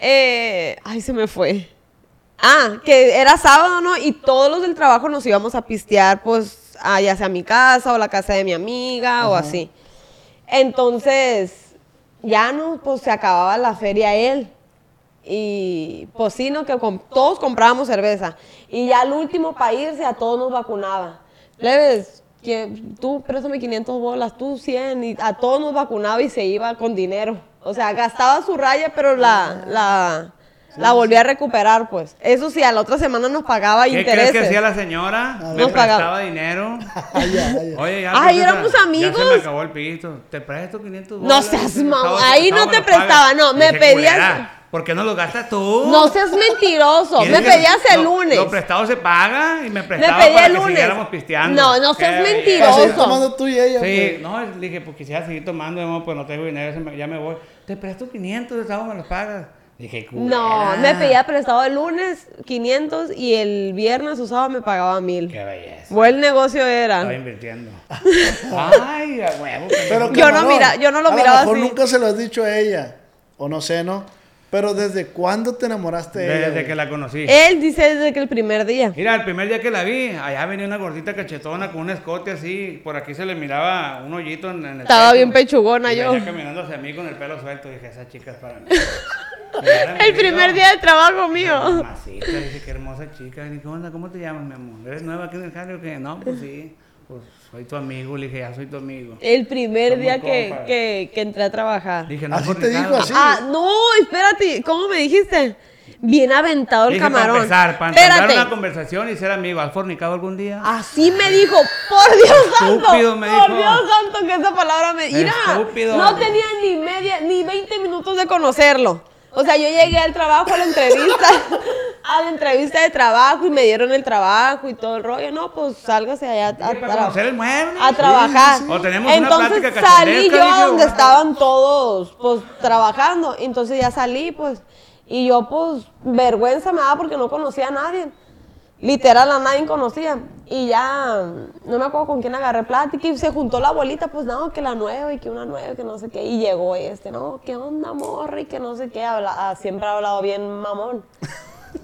D: Eh, ay, se me fue. Ah, que era sábado, ¿no? Y todos los del trabajo nos íbamos a pistear, pues, a- ya sea a mi casa o la casa de mi amiga o así. Entonces, ya no, pues se acababa la feria él. y pues sí, ¿no? Que com- todos comprábamos cerveza. Y ya al último para irse a todos nos vacunaba. Plebes, que tú préstame 500 bolas, tú 100, y a todos nos vacunaba y se iba con dinero. O sea, gastaba su raya, pero la, la, la volvía a recuperar, pues. Eso sí, a la otra semana nos pagaba
C: ¿Qué
D: intereses.
C: crees que hacía la señora? Me
D: Nos pagaba.
C: prestaba
D: *laughs*
C: dinero.
B: Ay, ay, ay.
C: Oye, ya.
D: Ay,
C: pues, ya- Ya
D: éramos
C: se
D: amigos.
C: me acabó el pito. Te presto 500
D: No
C: dólares.
D: seas
C: El
D: mamón.
C: sábado-
D: Ahí
C: el
D: no
C: sábado
D: te
C: lo pagas.
D: prestaba, no,
C: Y
D: me
C: dije,
D: pedías-
C: "Culera, ¿Por qué no lo gastas tú?
D: No seas mentiroso. Me
C: ¿Quieres que-
D: pedías el
C: lo-
D: lunes.
C: Lo prestado se paga y me
D: Me
C: prestaba
D: pedí
C: para
D: el
C: que
D: lunes.
C: siguiéramos pisteando.
D: No, no seas
C: Eh,
B: Para seguir
D: mentiroso.
B: tomando tú y ella.
C: Sí,
B: pues.
C: no, le dije, pues quisiera seguir tomando, amor, pues no tengo dinero, se me- ya me voy. Te presto 500, el sábado me los pagas. Dije,
D: No,
C: "Culera".
D: me pedía prestado el lunes 500 y el viernes o sábado me pagaba 1000.
C: Qué belleza.
D: Buen negocio
C: Estaba
D: era. *laughs*
C: invirtiendo. Ay, a huevo.
B: Pero
D: Yo no
B: camarón,
D: mira- yo no lo
B: a
D: miraba
B: lo mejor
D: así.
B: nunca se lo has dicho a ella. O no sé, ¿no? Pero ¿desde cuándo te enamoraste de ella?
C: Desde
B: güey?
C: que la conocí.
D: Él dice desde que el primer día.
C: Mira, el primer día que la vi, allá venía una gordita cachetona con un escote así, por aquí se le miraba un hoyito en, en el
D: Estaba
C: pecho.
D: bien pechugona
C: Y
D: yo.
C: venía caminando hacia mí con el pelo suelto, dije, esa chica es para mí.
D: *laughs* El primer día de trabajo mío.
C: Mamacita, dije, qué hermosa chica. Y dije, onda, ¿cómo te llamas, mi amor? ¿Eres nueva aquí en el jardín? que no, pues sí, pues soy tu amigo. Le dije, ya soy tu amigo.
D: El primer
C: Somos
D: día que,
C: compas.
D: que, que entré a trabajar.
C: Dije, no,
B: Así
C: pues,
B: te dijo,
C: Ricardo".
B: así.
D: Ah, no, espérate. ¿Cómo me dijiste? Bien aventado el
C: Dije,
D: camarón.
C: Para empezar, para
D: espérate.
C: entablar una conversación y ser amigo. ¿Has fornicado algún día?
D: Así me dijo, por Dios santo.
C: Estúpido, me
D: por
C: dijo.
D: Dios santo que esa palabra me. Mira,
C: Estúpido.
D: no tenía ni media, ni 20 minutos de conocerlo. O sea, yo llegué al trabajo, a la entrevista, *laughs* a la entrevista de trabajo y me dieron el trabajo y todo el rollo. No, pues sálgase allá a,
C: Dije, para
D: tra-
C: conocer el mueble.
D: a trabajar.
C: sí. O tenemos una
D: Entonces
C: plática
D: salí
C: cachondesca,
D: yo a
C: dije,
D: donde
C: una-
D: estaban todos, pues trabajando. Entonces ya salí, pues. Y yo, pues, vergüenza me daba porque no conocía a nadie. Literal, a nadie conocía. Y ya, no me acuerdo con quién agarré plática. Y se juntó la abuelita, pues, no, que la nueva y que una nueva, que no sé qué. Y llegó este, no, qué onda, morra, y que no sé qué. Habla- ah, siempre ha hablado bien mamón.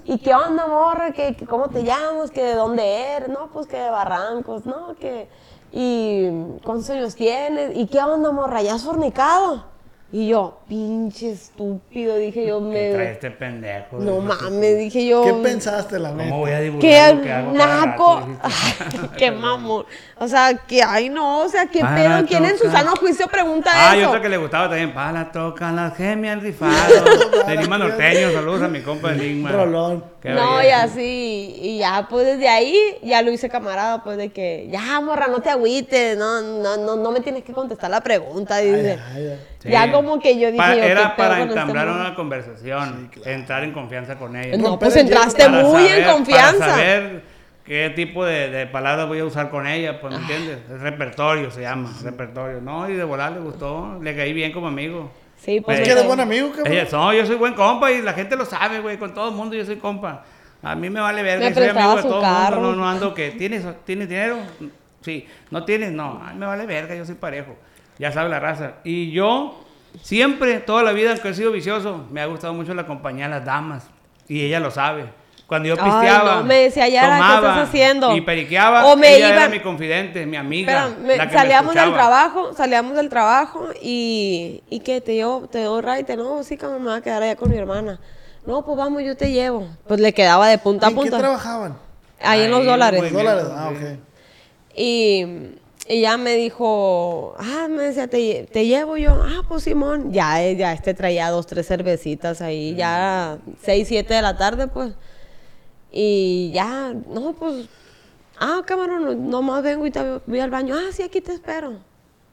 D: ¿Y qué onda, morra? ¿Qué, qué- ¿Cómo te llamas? ¿Que de dónde eres? No, pues que de Barrancos, ¿no? Que, ¿Y cuántos años tienes? ¿Y qué onda, morra? ¿Ya has fornicado? Y yo, pinche estúpido, dije yo,
C: ¿Qué trae
D: me...
C: este pendejo?
D: No
C: Dije,
D: mames, dije yo...
B: ¿Qué pensaste, la
C: ¿Cómo
B: neta?
C: voy a divulgar
D: Qué
C: lo que hago cada
D: naco.
C: rato?
D: *laughs* Ay, Qué mamón. O sea, que, ay, no, o sea, qué
C: Para
D: pedo. ¿Quién en su
C: tocar.
D: sano juicio pregunta
C: Ah, y
D: eso?
C: otra que le gustaba también. Pala tocan las gemias
D: *laughs*
C: rifados. De Lima Norteño. Saludos a mi compa de Lima.
B: Rolón.
C: Qué
D: No, y
C: belleza.
D: así, y ya, pues desde ahí, ya lo hice camarada, pues de que, ya, morra, no te agüites, no, no, no, no me tienes que contestar la pregunta, dice.
B: Ay, ay.
C: Sí.
D: Ya como que yo dije,
C: Pa-
D: yo, ¿qué
C: era
D: pedo
C: para
D: con este
C: entablar
D: morro?
C: una conversación, entrar en confianza con ella.
D: No,
B: romper
D: pues
B: el hielo
D: entraste
C: Para
D: muy en
C: saber-
D: confianza.
C: Para saber qué tipo de, de palabras voy a usar con ella,
D: Ah.
C: pues, ¿me entiendes? El repertorio se llama, repertorio. No, y de volar le gustó, le caí bien como amigo.
D: Sí, pues.
C: Me-
B: Es que eres buen amigo, cabrón.
C: Ella, no, yo soy buen compa y la gente lo sabe, güey, con todo el mundo yo soy compa. A mí me vale verga,
D: Me
C: yo soy
D: prestaba
C: amigo de
D: su
C: todo
D: carro.
C: el mundo, no, no ando que tienes tienes dinero? Sí, no tienes, no, a mí me vale verga, yo soy parejo. Ya sabe la raza. Y yo siempre toda la vida aunque he sido vicioso, me ha gustado mucho la compañía de las damas y ella lo sabe. Cuando yo
D: Ay,
C: pisteaba,
D: no, me decía, "Yara, ¿qué
C: tomaba
D: estás haciendo?"
C: Y periqueaba,
D: O me
C: ella
D: iba-
C: era mi confidente, mi amiga,
D: Espera, me-
C: la que me
D: salíamos del
C: escuchaba.
D: trabajo, salíamos del trabajo y, y que te dio, te dio raite, no, sí, cabrón, me voy a quedar allá con mi hermana. No, pues vamos, yo te llevo. Pues le quedaba de punta a
B: ¿Y en qué
D: punta.
B: trabajaban?
D: Ahí en
C: Ahí,
D: los dólares.
C: güey.
B: ¿Los dólares?
C: sí.
B: Ah, ok.
D: Y, y ya me dijo, ah, me decía, te, lle- te llevo yo, ah, pues Simón, ya, eh, ya este traía dos, tres cervecitas ahí, ya seis, siete de la tarde, pues. Y ya, no, pues, ah, camarón, no- nomás vengo y te voy al baño, ah, sí, aquí te espero.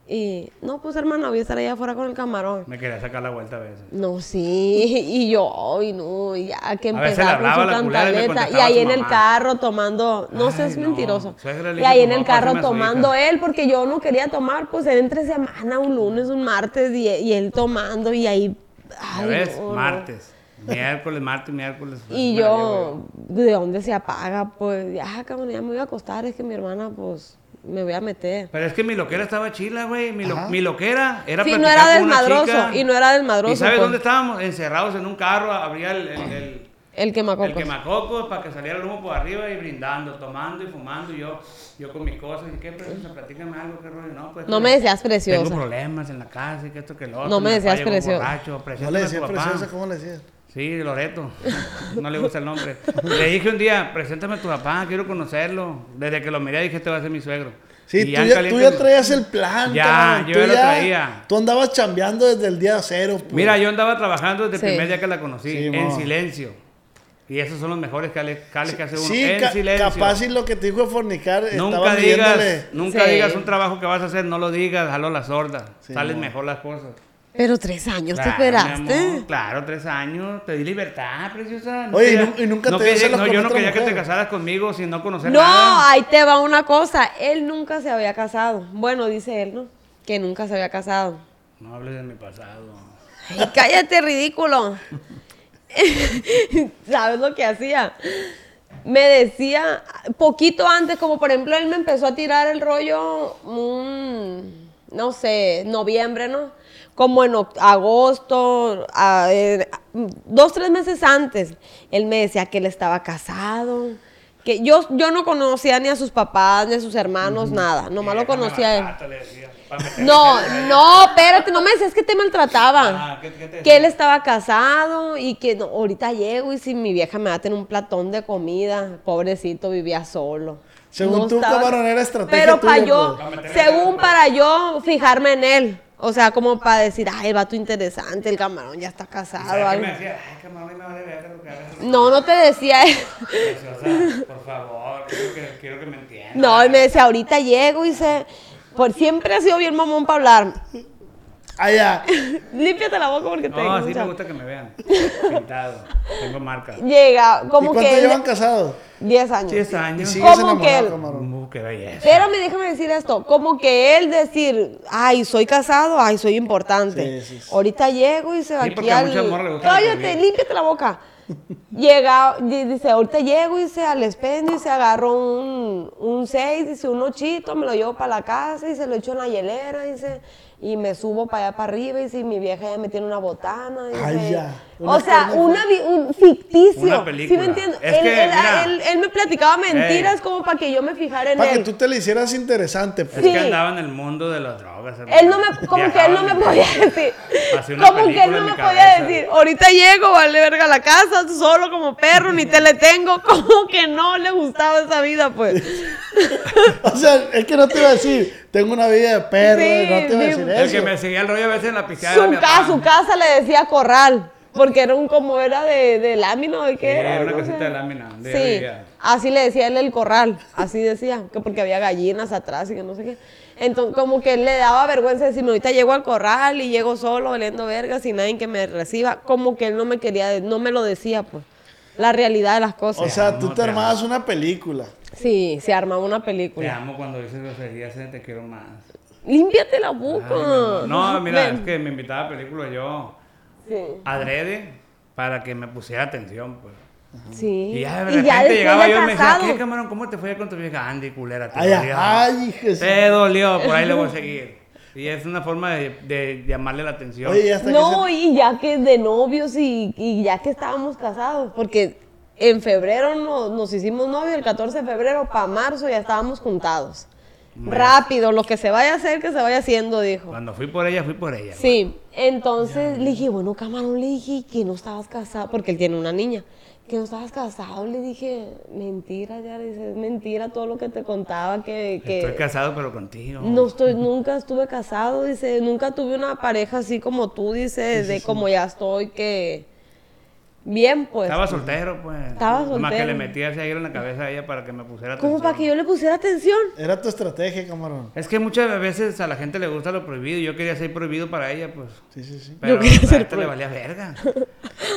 D: Y, no, pues hermana, voy a estar allá afuera con el camarón.
C: Me quería sacar la vuelta a veces.
D: No, sí, *laughs* y yo, ay, no, y ya que
C: A veces
D: empezaba
C: le hablaba
D: con su
C: la culera y me
D: cantaleta. Y
C: contestaba
D: ahí
C: su
D: en el
C: mamá.
D: carro tomando, no seas
C: Ay, no.
D: mentiroso.
C: Suegra, le
D: Y
C: dije
D: ahí
C: a
D: en
C: tu
D: el
C: mamá,
D: carro
C: pásame a su
D: tomando
C: hija.
D: él, porque yo no quería tomar, pues entre semana, un lunes, un martes, y, y él tomando, y ahí.
C: ¿Ya
D: Ay,
C: ves?
D: no, no.
C: Miércoles, Miércoles, martes, miércoles.
D: Y
C: Me la llevo
D: yo, ¿de dónde se apaga? Pues, ya, cabrón, ya me voy a acostar, es que mi hermana, pues, me voy a meter.
C: Pero es que mi loquera estaba chila, güey. Mi, lo- mi loquera era
D: Sí,
C: platicar
D: no era
C: con una
D: desmadroso,
C: chica.
D: y no era desmadroso,
C: ¿Y sabes
D: pues.
C: dónde estábamos? Encerrados en un carro, abría el, el, el,
D: El
C: el
D: quemacocos.
C: quemacoco para que saliera el humo por arriba y brindando, tomando y fumando. Y yo, yo con mis cosas. ¿Y qué precioso? Platícame algo, qué rollo. No, pues,
D: No me decías preciosa.
C: Tengo problemas en la casa y que esto que lo otro.
D: No me
C: mi papá
D: decías
C: llegó
D: preciosa.
C: borracho,
B: No
C: preciosa
B: le
C: a
B: decías
C: tu papá.
B: preciosa, ¿cómo le decías?
C: Sí, Loreto. No le gusta el nombre. Le dije un día, preséntame a tu papá, quiero conocerlo. Desde que lo miré dije, este va a ser mi suegro.
B: Sí,
C: Y
B: tú
C: al
B: ya, tú
C: caliente-
B: ya traías el plan.
C: Ya,
B: cabrón,
C: yo
B: tú
C: ya lo traía.
B: Tú andabas chambeando desde el día cero. pues.
C: Mira, yo andaba trabajando desde
D: Sí.
C: el primer día que la conocí,
B: Sí,
C: en
B: mo.
C: silencio. Y esos son los mejores jales, jales que hace uno.
B: Sí,
C: en
B: ca-
C: silencio.
B: capaz y lo que te dijo fornicar
C: Nunca
B: estaba
C: digas,
B: midiéndole.
C: nunca
D: Sí.
C: digas un trabajo que vas a hacer, no lo digas, jalo la sorda.
B: Sí,
C: Salen
B: mo.
C: mejor las cosas.
D: Pero tres años te
C: Claro, mi amor,
D: esperaste.
C: claro, tres años, te di libertad, preciosa.
B: Oye, y nu- y nunca
C: no
B: te dio
C: quería,
B: celos
C: no,
B: con
C: Yo no
B: otra
C: quería que
B: mujer.
C: te casaras conmigo sin no conocer
D: No,
C: nada.
D: ahí te va una cosa. Él nunca se había casado. Bueno, dice él, ¿no? Que nunca se había casado.
C: No hables de mi pasado.
D: Ay, cállate, ridículo. *laughs* ¿Sabes lo que hacía? Me decía, poquito antes, como por ejemplo, él me empezó a tirar el rollo, un, no sé, noviembre, ¿no? Como en oc- agosto, a- eh, dos, tres meses antes, él me decía que él estaba casado. Que yo, yo no conocía ni a sus papás, ni a sus hermanos, nada. Nomás lo conocía a él. No, no, espérate, no me decías que te maltrataba.
C: Ah, ¿qué- qué te
D: que
C: decía?
D: él estaba casado y que no, ahorita llego y si mi vieja me va a tener un platón de comida, pobrecito, vivía solo.
B: Según tú, cabrón, era estrategia
D: Pero
B: tuya,
D: para yo,
B: pues.
D: según para yo fijarme en él. O sea, como para decir, ay, el vato interesante, el camarón ya está casado.
C: ¿Sabes qué
D: algo.
C: me decía? Ay, que me vale verga lo que hagas.
D: ah, No, no te decía *laughs* él.
C: Preciosa, por favor, quiero que, quiero que me entiendas.
D: No, él me decía, ahorita llego y se. Por siempre ha sido bien mamón para hablar. *laughs*
B: Ah, ya.
D: Límpiate la boca porque te
C: No, así me
D: mucha-
C: gusta que me vean. Pintado. Tengo
D: *laughs*
C: marca.
D: Llega,
B: ¿Y
D: como
B: cuánto
D: que él-
B: llevan casados?
D: 10 años.
C: 10
B: Y
C: años.
B: sigues
D: ¿Cómo
B: enamorado,
D: que él?
B: camarón.
C: Uh, qué belleza.
D: Espérame, déjame decir esto, como que él decir, ay, soy casado, ay, soy importante.
B: Sí, sí, sí.
D: Ahorita llego y se va
C: Sí,
D: aquí
C: porque a
D: al...
C: muchas morras les gusta la
D: Cállate,
C: comida.
D: límpiate la boca. Llega, di- dice, ahorita llego y se al expendio y se agarró un, un seis, dice, un ochito, me lo llevo para la casa y se lo echo en la hielera, dice, y me subo para allá para arriba y si mi vieja ya me tiene una botana. Dice,
B: Ay, ya.
D: O
B: Una
D: sea,
B: carne-
D: una, vi- un ficticio.
C: Una
D: ¿Sí
C: película.
D: me entiendes?
C: Es
D: él,
C: que,
D: él-
C: mira.
D: él- él me platicaba mentiras
C: Ey.
D: como para que yo me fijara en
B: Para
D: él.
B: que tú te le hicieras interesante, pues.
C: Es que
D: Sí.
C: andaba en el mundo de las drogas.
D: Él no me, como que él no me podía decir.
C: Hacía una
D: Como que
C: película
D: él no
C: en
D: me
C: mi
D: podía
C: cabeza.
D: decir. Ahorita llego, vale verga la casa, solo como perro, ni te le tengo. *laughs* Como que no le gustaba esa vida,
C: *laughs*
D: pues.
B: O sea, es que no te iba a decir, tengo una vida de perro,
D: Sí,
B: no te iba a decir
D: sí.
C: El que
B: eso.
C: me seguía el rollo a veces en la pisteada.
D: Su,
C: era mi
D: ca-
C: papá.
D: su casa le decía corral. Porque era un como era de, de lámina, ¿de qué
C: Sí,
D: era?
C: era una
D: No
C: casita
D: sé.
C: de lámina, de
D: Sí,
C: arriba.
D: así le decía él el corral, así decía, que porque había gallinas atrás y que no sé qué. Entonces, como que le daba vergüenza decirme, ahorita llego al corral y llego solo, oliendo vergas sin nadie que me reciba. Como que él no me quería, de- no me lo decía, pues. La realidad de las cosas.
B: O sea, tú
C: no
B: te
C: te
B: armabas una película.
D: sí, se armaba una
C: Te
D: película.
C: amo cuando dices groserías, eh, te quiero más.
D: Límpiate la
C: Ay, mi
D: boca.
C: amor. Ah, no, mira,
D: Ven.
C: es que me invitaba a películas yo adrede para que me pusiera atención, pues.
D: Sí.
C: Y ya de
D: Y
C: repente
D: ya después
C: llegaba
D: de
C: yo y me decía,
D: casado.
C: ¿qué camarón? ¿Cómo te fue con tu vieja Andy, culera? Te
B: Ay,
C: dolió.
B: ay, Jesús.
C: Te dolió, por ahí le
D: *laughs*
C: voy a seguir. Y es una forma de, de llamarle la atención.
B: Oye, hasta
D: No,
B: que
D: y ya que de novios y, y ya que estábamos casados, porque en febrero no- nos hicimos novios, el 14 de febrero para marzo ya estábamos juntados. Rápido, lo que se vaya a hacer, que se vaya haciendo, dijo.
C: Cuando fui por ella, fui por ella.
D: Sí, entonces le dije, bueno, camarón, le dije que no estabas casado, porque él tiene una niña, que no estabas casado, le dije, mentira, ya, dice, es mentira todo lo que te contaba, que... que
C: Estoy casado, pero contigo.
D: no estoy, nunca estuve casado, dice, nunca tuve una pareja así como tú, dice, de como ya estoy, que bien, pues.
C: Estaba soltero, pues.
D: Estaba
C: Más que
D: soltero.
C: le metía ese aire en la cabeza a ella para que me pusiera
D: como
C: atención.
D: para que yo le pusiera atención.
B: era tu estrategia, camarón.
C: Es que muchas veces a la gente le gusta lo prohibido. Yo quería ser prohibido para ella, pues.
B: Sí, sí, sí.
C: Pero
D: quería
C: a
D: ser
C: esto le valía
D: *laughs*
C: verga.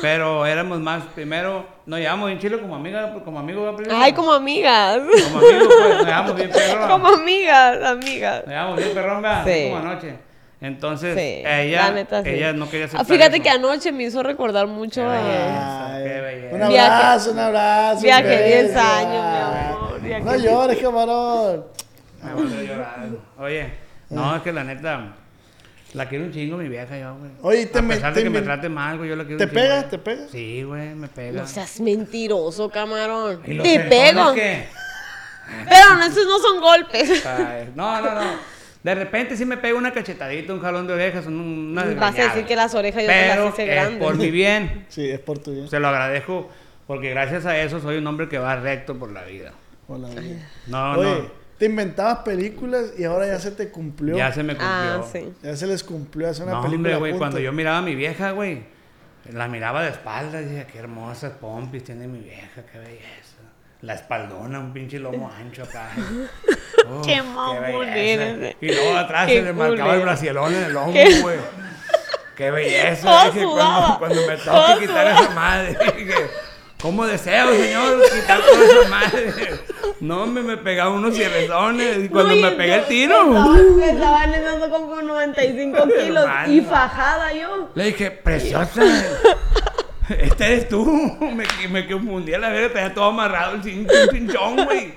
C: Pero éramos más, primero, nos llevamos bien chilo como amiga, pues, como amigos. ¿verdad, prima?
D: Ay, como amigas.
C: Como amigos, pues,
D: *laughs*
C: nos llevamos bien perrón.
D: como amigas, amigas.
C: Nos llevamos bien perrón, ¿verdad? Así
D: Sí.
C: como anoche. Entonces,
D: Sí,
C: ella,
D: la neta, sí.
C: ella no quería
D: Ah,
C: aceptar
D: Fíjate
C: eso.
D: que anoche me hizo recordar mucho a...
B: Ay,
C: qué belleza.
B: un
D: Viaje-
B: abrazo, un abrazo.
D: viaje
B: un
D: 10
B: beso.
D: años,
B: Ay,
D: mi amor, viaje
B: No llores, camarón.
C: Me volvió a llorar. Oye, no, es que la neta, la quiero un chingo mi vieja yo, güey.
B: Oye, te
C: A
B: me-
C: pesar
B: te
C: de que me
B: me-
C: trate mal, güey, yo la quiero
B: ¿Te
C: un chingo,
B: pega?
C: güey.
B: ¿Te pega?
C: Sí, güey, me pega.
D: No seas mentiroso, camarón.
C: ¿Y los
D: Te
C: tentones
D: pego.
C: qué?
D: Pero no, esos no son golpes.
C: Ay, No, no, no. De repente sí me pego una cachetadita, un jalón de orejas, un- una
D: Vas a
C: desgreñada.
D: decir que las orejas yo te las
C: Pero
D: hice
C: es
D: grandes.
C: por mi bien.
D: *laughs*
B: Sí, es por tu bien.
C: Se lo agradezco porque gracias a eso soy un hombre que va recto por la vida.
B: Por la vida.
C: No,
B: Oye, te inventabas películas y ahora ya se te
C: no.
B: cumplió.
C: Ya se me cumplió.
D: Ah, sí.
B: Ya se les cumplió hacer una
C: no,
B: película.
C: hombre, güey,
B: punto.
C: cuando yo miraba a mi vieja, güey, la miraba de espaldas y decía, qué hermosas pompis tiene mi vieja, qué belleza. La espaldona, un pinche
B: *laughs*
C: lomo ancho acá. Uf,
D: *laughs* Qué mamón
C: belleza.
D: eres.
C: Y luego atrás
D: Qué
C: se le marcaba el
D: culero.
C: bracielón en el hombro,
D: *laughs* Qué-
C: güey. Qué belleza.
D: Todo
C: dije, cuando,
D: sudado.
C: cuando me toque
D: Todo
C: quitar esa madre, *laughs* dije, ¿cómo deseo, señor, quitar toda esa madre? No, me, me pegaba unos
D: *laughs*
C: cierrezones y cuando
D: No, y
C: me pegué el
D: entonces
C: tiro.
D: Estaban, estaban andando como 95 kilos
C: Hermano.
D: y fajada yo.
C: Le dije, preciosa. *laughs* Este eres tú. *laughs* Me, me confundí a la verga, te todo amarrado el cin- el cinchón, güey.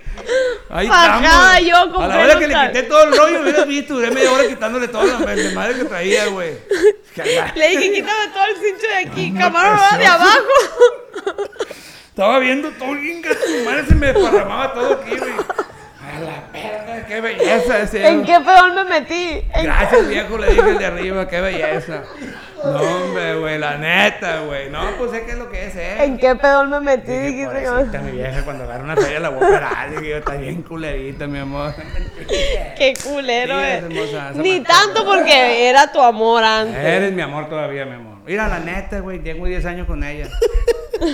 C: Ahí
D: Fajada
C: estamos.
D: yo con
C: A la
D: pelo
C: hora que le
D: cal-
C: quité todo el rollo, hubieras visto, duré media hora quitándole todo la madre madre que traía, güey. "Ah, Que la-
D: Le
C: *laughs*
D: dije, quítame todo el cincho de aquí,
C: Hombre,
D: camarón de
C: precioso.
D: abajo.
C: Estaba viendo todo inga, su madre se me desparramaba todo aquí, güey. A la verga, qué belleza decía,
D: ¿En qué peor me metí? ¿En
C: Gracias, viejo, le dije el de arriba, qué belleza. No, hombre, güey, la neta, güey. No, pues es que es lo que es, eh.
D: ¿En qué peor me metí?
C: Dije,
D: Dijiste que-
C: pobrecita, mi vieja, cuando agarra una feria la voy a operar. Dije, yo, está bien culerita, mi amor.
D: Qué culero,
C: Sí,
D: eh.
C: es hermosa, esa
D: Ni
C: manera.
D: tanto porque era tu amor antes.
C: Eres mi amor todavía, mi amor. Mira, la neta, güey, tengo 10 años con ella.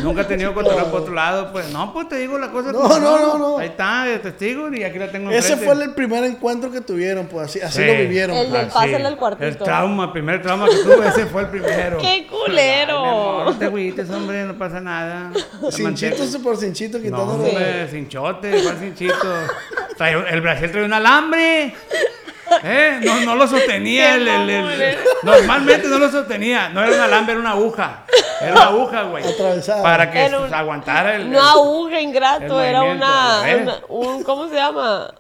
C: Nunca he tenido cotorreo por otro lado, pues. No, pues te digo la cosa.
B: No,
C: como
B: no,
C: son.
B: no, no.
C: Ahí está, de testigo, y aquí la tengo
B: Ese
C: enfrente.
B: fue el primer encuentro que tuvieron, pues así, así
C: Sí.
B: lo vivieron.
D: El
B: pues.
D: del pásale al cuartito.
C: El trauma, el primer trauma que tuve, ese fue el primero.
D: *laughs* ¡Qué culero!
C: Ay, mi amor, no te agüites, hombre, no pasa nada. La
B: Cinchito
C: manteca-
B: super cinchito
C: No,
B: quitándolo.
C: hombre, cinchote, igual cinchito. Trae un- el Brasil trae un alambre. ¿Eh? No, no lo sostenía.
D: Qué
C: el- el- el-
D: mamón, eh.
C: normalmente no lo sostenía. No era un alambre, era una aguja. Era una aguja, güey.
B: Atravesada.
C: Para que
D: Era un-
C: pues, aguantara el.
D: No
C: el-
D: aguja
C: el
D: ingrato, era
C: movimiento,
D: una,
C: ¿eh?
D: una- un, ¿cómo se llama?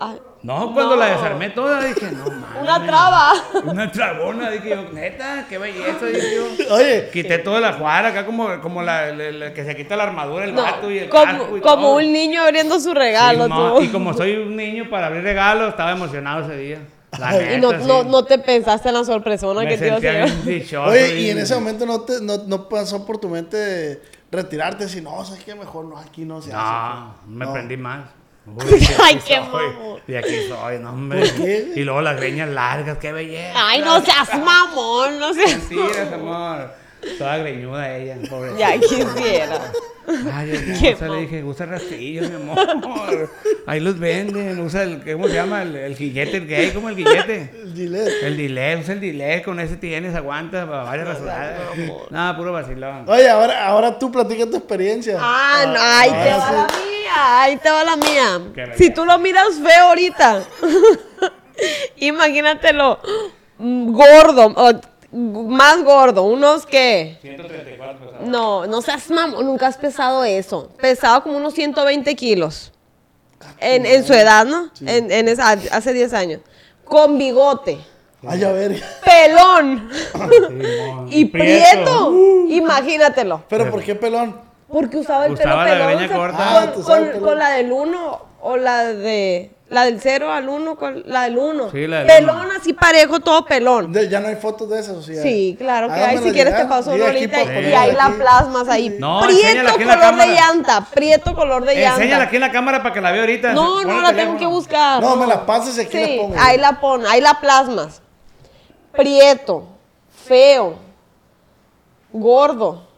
D: Ay,
C: No, cuando
D: No.
C: la desarmé toda dije, no mames.
D: una traba.
C: Una trabona, dije yo, neta, qué belleza, dije yo.
B: Oye,
C: Quité toda la juara acá, como, como la, la- la que se quita la armadura, el
D: *laughs* No,
C: gato y el casco
D: como
C: y
D: como
C: todo.
D: un niño abriendo su
C: Sí,
D: regalo,
C: mo-
D: tú.
C: Y como soy un niño para abrir regalos, estaba emocionado ese día. La
B: Ay.
C: neta,
D: Y no,
C: sí.
D: no, no te pensaste en la sorpresona
C: me
D: que te iba a
C: sentía
D: hacer.
C: bien dichoso.
B: oye, y
C: bien-
B: en ese momento no, te, no, no pasó por tu mente retirarte, si no, sabes que mejor no, aquí no se hace.
C: No, me
B: No.
C: prendí más.
D: *laughs*
C: Uy, de
D: Ay,
C: aquí
D: qué
C: soy,
D: mamón.
C: De aquí soy, no, hombre.
B: ¿Por qué?
C: Y luego las greñas largas, qué belleza.
D: Ay, no seas mamón, no seas.
C: Mentiras, amor. Toda greñuda ella, pobre.
D: Ya quisiera.
C: Ay,
D: Qué
C: hermosa, le
D: mamón.
C: dije, usa rastrillos, mi amor. Ahí los venden, usa el, ¿cómo se llama? El, el guillete, el gay, ¿cómo el guillete?
B: El Gillette.
C: El delay, usa el delay, con ese tienes, aguanta para varias razonadas. Nada, puro vacilón.
B: Oye, ahora, ahora tú platica tu experiencia.
D: Ah, no, ahí te va la mía, ahí te va la mía.
C: Qué belleza.
D: Si tú lo miras feo ahorita, *laughs* imagínatelo mm, gordo, o t- g- más gordo, unos que...
C: 134 pesos.
D: No, no seas mamón, nunca has pesado eso. Pesaba como unos 120 kilos. En, en su edad, ¿no? En, en esa- hace 10 años. Con bigote,
B: Ay, a ver.
D: *laughs* pelón y
C: prieto.
D: prieto. Uh. Imagínatelo.
B: Pero ¿por qué pelón?
D: Porque usaba el
C: Usaba la
D: pelo pelón.
C: greña
D: se-
C: corta.
B: Ah, tú
D: Con,
B: usabas el
D: con-
B: pelo.
D: con la del 1 o la de. La del 0 al 1, con la del 1.
C: Sí, la del
D: pelón
C: uno.
D: así parejo, todo pelón.
B: De- ya no hay fotos de esas, o sea.
D: Sí, claro que hay.
B: Hágamela
D: Si quieres te
B: llegar.
D: paso
B: Diga
D: una
B: aquí
D: ahorita
B: para
D: y
B: ponerla
D: ahí la
B: aquí.
D: plasmas ahí.
C: No, enséñala
D: prieto
C: aquí en la
D: color de
C: cámara.
D: llanta, prieto color de llanta.
C: Enséñala aquí en la cámara para que la vea ahorita.
D: No,
C: Pon
D: no
C: el
D: la tengo
C: teléfono.
D: que buscar.
B: No, me la pasas y aquí
D: Sí,
B: la pongo.
D: ahí la pon, ahí la plasmas. Prieto, feo, gordo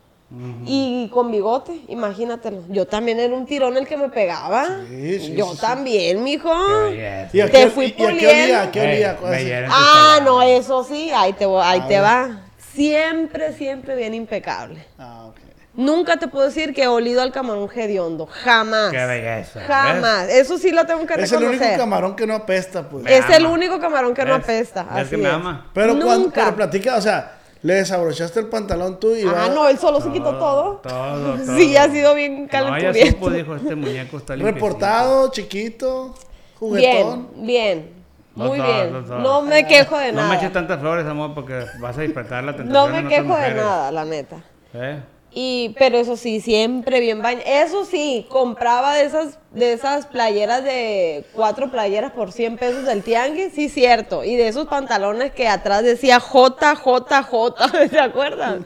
D: y con bigote, imagínatelo. Yo también era un tirón el que me pegaba.
B: Sí, sí,
D: Yo
B: sí, sí.
D: también, mijo.
C: Yes.
B: ¿Y a
D: Te
B: qué-
D: fui
B: y- y a qué
D: puliendo.
B: olía? ¿A qué
C: Ey,
B: olía?
C: Eh,
B: pues.
C: me este hieren tus
D: Ah,
C: palabras.
D: no, eso sí, ahí te, voy- ahí
B: A
D: te
B: ver.
D: va. Siempre, siempre bien impecable.
B: Ah, ok.
D: Nunca te puedo decir que he olido al camarón hediondo. Jamás.
C: Qué belleza,
D: Jamás. Eso sí lo tengo que
B: Es el
D: reconocer.
B: único camarón que no apesta, pues.
C: Me
D: es el
C: ama.
D: único camarón que no
C: ¿Ves?
D: apesta.
C: ¿Ves
D: así
C: que me
D: es.
C: ama?
B: Pero cuando
D: Nunca.
B: pero platica, o sea, le desabrochaste el pantalón tú y
D: Ah,
B: va-
D: no, él solo se quitó todo.
C: Todo, todo.
D: *laughs* Sí, ha sido
C: No,
D: bien
C: ya
D: calenturiento.
C: supo, dijo, este muñeco está limpio.
B: reportado, chiquito,
D: bien,
B: juguetón.
D: bien.
C: Los
D: Muy
C: dos,
D: bien.
C: los dos.
D: No me quejo de
C: No me
D: nada.
C: eches tantas flores, amor, porque vas a despertar la tentación.
D: No
C: en
D: me
C: otras
D: quejo de
C: mujeres.
D: nada, la neta.
C: ¿Eh?
D: Y, pero eso sí, siempre bien bañado. Eso sí, compraba de esas, de esas playeras de cuatro playeras por 100 pesos del tianguis, sí, cierto. Y de esos pantalones que atrás decía *laughs* JJJ, ¿se acuerdan?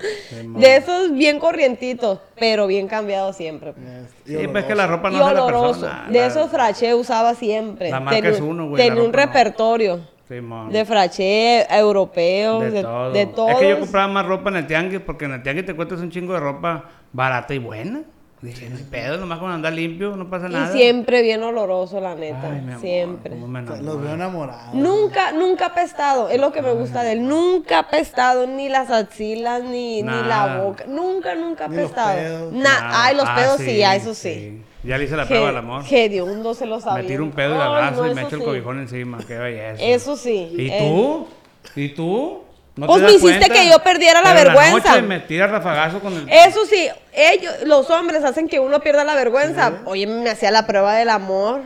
D: De esos bien corrientitos, pero bien cambiados siempre.
C: Sí, pues es que la ropa no
D: y
C: es de la
D: oloroso.
C: persona.
D: De
C: la-
D: esos fraché usaba siempre.
C: La marca
D: Tenía-
C: es uno, güey, la
D: tenía un
C: ropa no.
D: repertorio
C: Simón.
D: de fraché europeo,
C: De
D: de, de
C: todo.
D: todo.
C: Es que yo compraba más ropa en el tianguis porque en el tianguis te encuentras un chingo de ropa barata y buena. Dije, no hay pedo, nomás con andar limpio, no pasa
D: Y
C: nada.
D: siempre bien oloroso, la neta.
C: Ay, mi amor,
D: siempre. Pues
C: cómo me
B: Los veo
C: enamoro.
B: enamorados.
D: Nunca, nunca apestado. Es lo que me gusta de él. Nunca apestado, ni las axilas, ni, ni
C: Nada.
D: la boca. Nunca, nunca
B: Ni los
D: apestado.
B: pedos.
D: Na- Ay, los
C: Ah,
D: pedos sí, ya, eso sí.
C: Ya le hice la
D: Que-
C: prueba al amor.
D: Que de un se lo sabía.
C: Me tiro un pedo y la
D: Ay,
C: abrazo
D: no,
C: y me
D: eso
C: echo el
D: sí.
C: cobijón encima. Qué belleza.
D: Eso sí.
C: ¿Y
D: Eh,
C: tú? ¿Y tú? ¿No
D: Pues
C: te
D: me
C: das
D: hiciste
C: cuenta?
D: que yo perdiera la
C: Pero en
D: vergüenza.
C: noche me tira rafagazo con el.
D: Eso sí, ellos, los hombres hacen que uno pierda la vergüenza. Oye, me hacía la prueba del amor.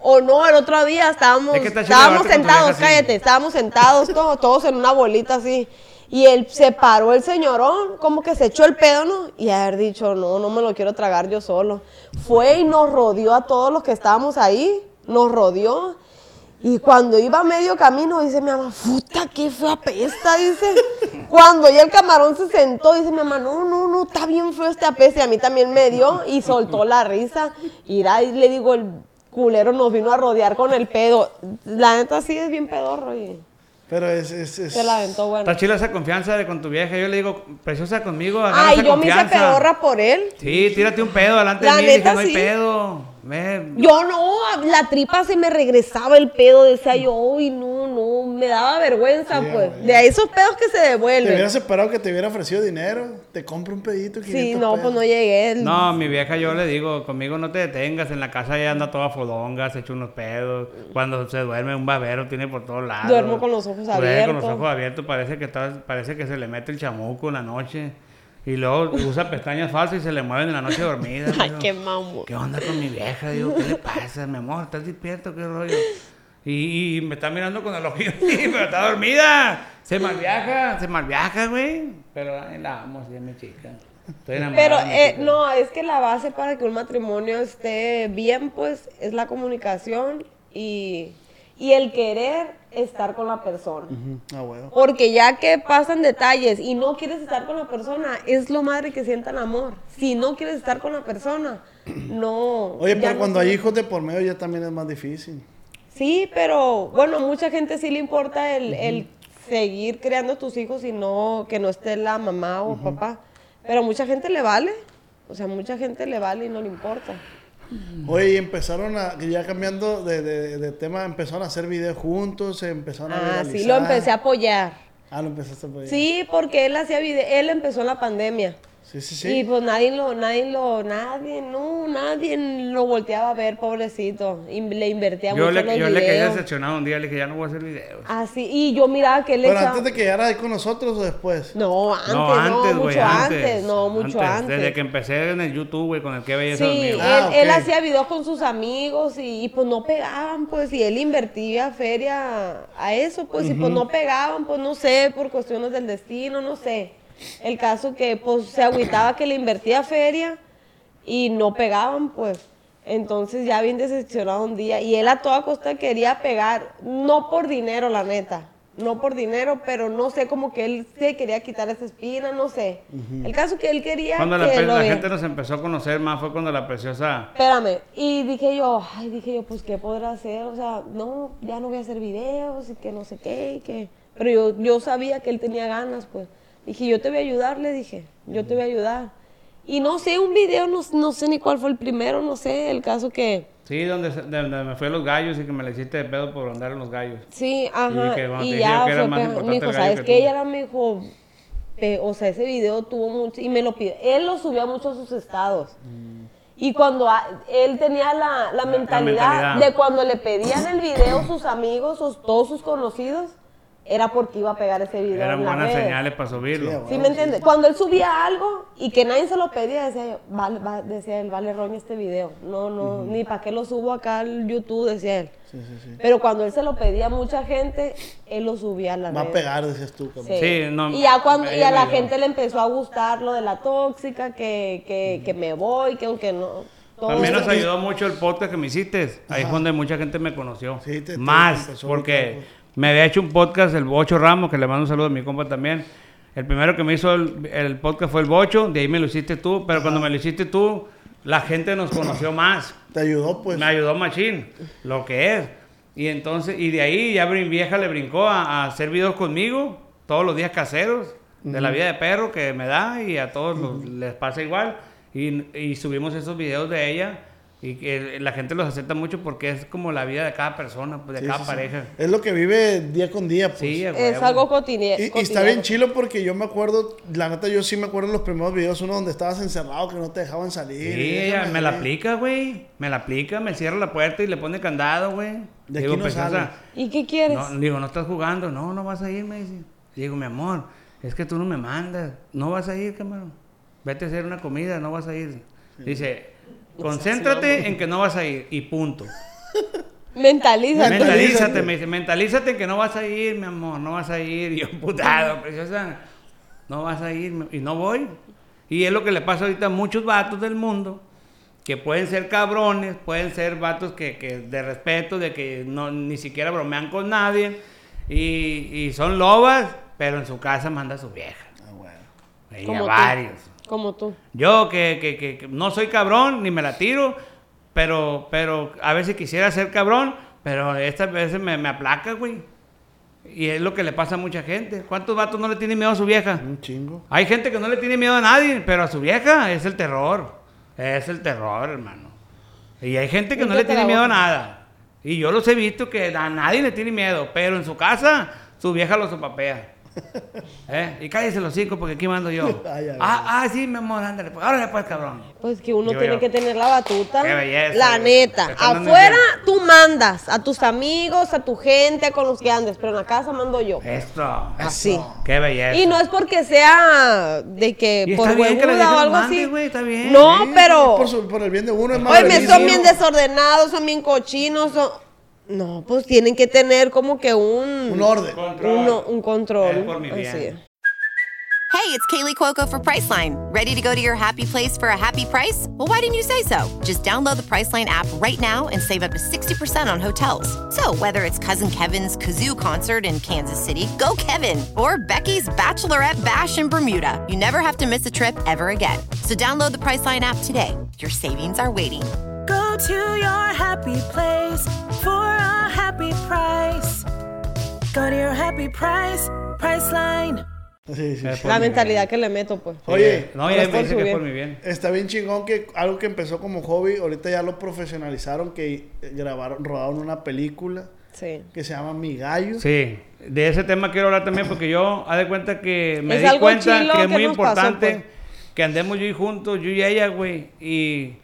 D: O no, el otro día estábamos,
C: Es que está chido
D: estábamos
C: llevarte con tu
D: sentados,
C: vieja así.
D: cállate, estábamos sentados todos, todos en una bolita así. Y él se paró el señorón, como que se echó el pedo, ¿no? Y haber dicho, no, no me lo quiero tragar yo solo. Fue y nos rodeó a todos los que estábamos ahí, nos rodeó. Y cuando iba a medio camino, dice mi mamá, puta, qué fea pesta, dice. Cuando ya el camarón se sentó, dice mi mamá, no, no, no, está bien feo este apesta. Y a mí también me dio y soltó la risa. Y la- y le digo, el culero nos vino a rodear con el pedo. La neta sí es bien pedorro y
B: Pero es. es, es-
D: se la aventó bueno.
C: Está chila esa confianza de con tu vieja. Yo le digo, preciosa conmigo. agarra
D: Ay,
C: esa
D: yo me hice
C: confianza.
D: pedorra por él.
C: Sí, tírate un pedo delante de
D: La
C: mí. Le Dije,
D: neta,
C: no hay
D: sí.
C: pedo. Ve,
D: Yo no, la tripa se me regresaba el pedo, decía yo, uy, no, no, me daba vergüenza, pues. De ahí esos pedos que se
B: Te
D: devuelven.
B: hubiera separado que te hubiera ofrecido dinero. Te compro un pedito.
D: Sí,
B: 500
D: no,
B: pesos.
D: pues no llegué.
C: No, mi vieja yo le digo, conmigo no te detengas, en la casa ella anda toda fodonga, se echa unos pedos, cuando se duerme un babero tiene por todos lados.
D: Duermo con los ojos
C: Duerme con los
D: abiertos.
C: ojos abiertos, parece que, está- parece que se le mete el chamuco en la noche y luego usa pestañas falsas y se le mueven en la noche dormida.
D: *laughs* Ay,
C: digo,
D: qué mambo.
C: ¿Qué onda con mi vieja? Digo, ¿qué le pasa, mi amor? ¿Estás despierto? ¿Qué rollo? Y, *laughs* y me está mirando con el ojillo, así, pero está dormida. Se malviaja, se malviaja, güey. Pero ay, la amo, sí, es mi chica. Estoy enamorado
D: Pero
C: de mi
D: eh,
C: chica.
D: no, es que la base para que un matrimonio esté bien, pues, es la comunicación y, y el querer estar con la persona.
B: Ujú, Ah, huevo.
D: Porque ya que pasan detalles y no quieres estar con la persona, es lo madre que sienta el amor. Si no quieres estar con la persona, no.
B: Oye,
D: ya
B: pero
D: no
B: cuando
D: se-
B: hay hijos de por medio ya también es más difícil.
D: Sí, pero bueno, mucha gente sí le importa el, el seguir creando tus hijos y no que no esté la mamá o papá. Pero mucha gente le vale. O sea, mucha gente le vale y no le importa.
B: Oye, y empezaron a, que ya cambiando de, de- de tema, empezaron a hacer videos juntos, se empezaron a
D: Ah,
B: viralizar.
D: sí, lo empecé a apoyar.
B: Ah, lo empezaste a apoyar.
D: Sí, porque él hacía video, él empezó en la pandemia.
B: Sí, sí,
D: Y
B: sí.
D: pues nadie lo, nadie lo, nadie, no, nadie lo volteaba a ver, pobrecito. Y le invertía
C: Yo
D: mucho
C: le,
D: en los
C: yo le quedé
D: videos.
C: decepcionado un día, le dije, ya no voy a hacer videos.
D: Así, y yo miraba que él le
B: Pero
D: echaba-
B: antes de que llegara ahí con nosotros o después.
D: No, antes, no, mucho
C: güey,
D: antes, no, mucho antes.
C: Desde que empecé en el YouTube, güey, con el que belleza
D: Sí,
C: dormida.
D: él,
B: Ah,
D: él
B: ok.
D: hacía videos con sus amigos y, y, pues no pegaban, pues, y él invertía feria a eso, pues, y pues no pegaban, pues no sé, por cuestiones del destino, no sé. El caso que pues se agüitaba que le invertía feria y no pegaban, pues. Entonces ya bien decepcionado un día y él a toda costa quería pegar, no por dinero, la neta. No por dinero, pero no sé, como que él se quería quitar esa espina, no sé. El caso que él quería
C: Cuando la,
D: que
C: pe- la
D: lo vieran.
C: gente nos empezó a conocer más fue cuando la preciosa...
D: Espérame, y dije yo, ay, dije yo, pues, ¿qué podrá hacer? O sea, no, ya no voy a hacer videos y que no sé qué, y que... Pero yo, yo sabía que él tenía ganas, pues. Dije, yo te voy a ayudar, le dije, yo te voy a ayudar. Y no sé, un video, no, no sé ni cuál fue el primero, no sé, el caso que...
C: Sí, donde, se- de- donde me fui a los gallos y que me la hiciste de pedo por andar en los gallos.
D: Sí, ajá,
C: que, bueno,
D: y,
C: te dije
D: ya,
C: que era
D: fue
C: más
D: pe-
C: importante
D: me
C: el gallo
D: dijo, ¿sabes
C: que
D: qué?
C: tú".
D: Ella era, me dijo, pe- o sea, ese video tuvo mucho, y me lo pidió, él lo subía mucho a sus estados.
C: Mm.
D: Y cuando a- él tenía la, la mentalidad
C: mentalidad.
D: de cuando le pedían el video sus amigos, sus, todos sus conocidos, era porque iba a pegar ese video.
C: Eran
D: en las
C: buenas
D: redes.
C: señales para subirlo.
B: Oh,
D: ¿Sí me entiendes? Cuando él subía algo y que nadie se lo pedía, decía yo, vale, va- decía él, vale roña este video. No, no, ni para qué lo subo acá al YouTube, decía él. Pero cuando él se lo pedía a mucha gente, él lo subía a la
B: Va a pegar, decías tú, cabrón.
D: Sí.
C: Sí, no,
D: y ya cuando y a la
C: me-
D: gente le empezó a gustar lo de la tóxica, que, que, que me voy, que aunque no. todo
C: También nos
D: eso.
C: ayudó mucho el podcast que me hiciste. Ahí fue donde mucha gente me conoció.
B: Sí, te- te
C: Más,
B: empezó a ubicar,
C: porque
B: pues.
C: me había hecho un podcast el Bocho Ramos, que le mando un saludo a mi compa también. El primero que me hizo el, el podcast fue el Bocho, de ahí me lo hiciste tú, pero cuando me lo hiciste tú, la gente nos conoció más.
B: Te ayudó, pues.
C: me ayudó Machín, lo que es. Y entonces, y de ahí ya mi vieja le brincó a, a hacer videos conmigo, todos los días caseros, de la vida de perro que me da y a todos los- les pasa igual. Y, y subimos esos videos de ella y que la gente los acepta mucho porque es como la vida de cada persona, pues, de
B: Sí,
C: cada
B: sí, sí.
C: pareja.
B: Es lo que vive día con día, pues.
C: Sí, a
D: Es
C: huevo.
D: algo cotidie-
B: Y-
D: cotidiano.
B: Y, está bien chilo porque yo me acuerdo, la neta, yo sí me acuerdo los primeros videos, uno donde estabas encerrado, que no te dejaban salir.
C: Sí,
B: y
C: ella
B: déjame
C: me la
B: salir.
C: aplica, güey. Me la aplica, me cierra la puerta y le pone candado, güey.
B: De
C: Digo,
B: aquí no
C: pues,
B: sales.
C: esa-
D: ¿Y qué quieres?
C: No, le digo, no estás jugando. No, no vas a ir, me dice. Le digo, mi amor, es que tú no me mandas. No vas a ir, camarón. Vete a hacer una comida, no vas a ir. Dice, concéntrate en que no vas a ir y punto.
D: Mentalízate.
C: Mentalízate, me dice, mentalízate en que no vas a ir, mi amor, no vas a ir. *laughs* Y yo, putado, preciosa, no vas a ir. mi- Y no voy. Y es lo que le pasa ahorita a muchos vatos del mundo, que pueden ser cabrones, pueden ser vatos que, que de respeto, de que no, ni siquiera bromean con nadie, y, y son lobas, pero en su casa manda a su vieja.
B: Ah, bueno.
C: Y a
D: Como tú.
C: varios.
D: Como tú.
C: Yo que, que- que- que no soy cabrón, ni me la tiro, pero, pero a veces quisiera ser cabrón, pero estas veces me, me aplaca, güey. Y es lo que le pasa a mucha gente. ¿Cuántos vatos no le tienen miedo a su vieja?
B: Un chingo.
C: Hay gente que no le tiene miedo a nadie, pero a su vieja es el terror. Es el terror, hermano. Y hay gente que no le
D: Cállate
C: tiene
D: la
C: miedo a
D: boca.
C: nada. Y yo los he visto que a nadie le tiene miedo, pero en su casa su vieja los sopapea. ¿Eh? Y cállese los hocico porque aquí mando yo.
B: Ay, ay,
C: ah, ah, sí, mi amor, ándale. Pues, órale, pues, cabrón.
D: Pues que uno
C: Digo
D: tiene
C: yo.
D: que tener la batuta.
C: Qué belleza,
D: la
C: güey.
D: neta.
C: Te están dando
D: Afuera
C: ejemplo.
D: tú mandas a tus amigos, a tu gente, con los que andes, pero en la casa mando yo.
C: Esto.
D: Así.
C: Qué belleza.
D: Y no es porque sea de que
C: Y
D: por
C: está bien que la
D: huevuda o
C: vieja
D: algo
C: mande,
D: así.
C: güey, está bien.
D: No,
B: Sí,
D: pero.
B: Por, su- por el bien de uno es más
D: Oye, me
B: beneficio.
D: son bien desordenados, son bien cochinos, son... No, pues tienen que tener como que un...
B: Un orden.
D: uno- un control. Pues
C: Es por mi bien.
D: así.
E: Hey, it's Kaylee Cuoco for Priceline. Ready to go to your happy place for a happy price? Well, why didn't you say so? Just download the Priceline app right now and save up to 60% on hotels. So, whether it's Cousin Kevin's Kazoo concert in Kansas City, go Kevin, or Becky's Bachelorette Bash in Bermuda, you never have to miss a trip ever again. So, download the Priceline app today. Your savings are waiting.
F: Go to your happy place for a happy price. Go to your happy price, Priceline.
B: Sí, sí.
C: Es por
D: La
C: mi
D: mentalidad que le meto, pues.
C: bien.
B: Oye,
C: Eh, No,
B: ahora
C: ella
B: está
C: me dice que es
D: bien.
C: por mi bien.
B: Está bien chingón que algo que empezó como hobby, ahorita ya lo profesionalizaron, que grabaron, rodaron una película
D: Sí.
B: que se llama Mi Gallo.
C: Sí, de ese tema quiero hablar también porque yo, haz de cuenta que me
D: Es
C: di
D: algo
C: cuenta
D: chilo
C: que es
D: que
C: muy
D: nos pasó,
C: importante
D: pues.
C: que andemos yo y juntos, yo y ella, güey. Y,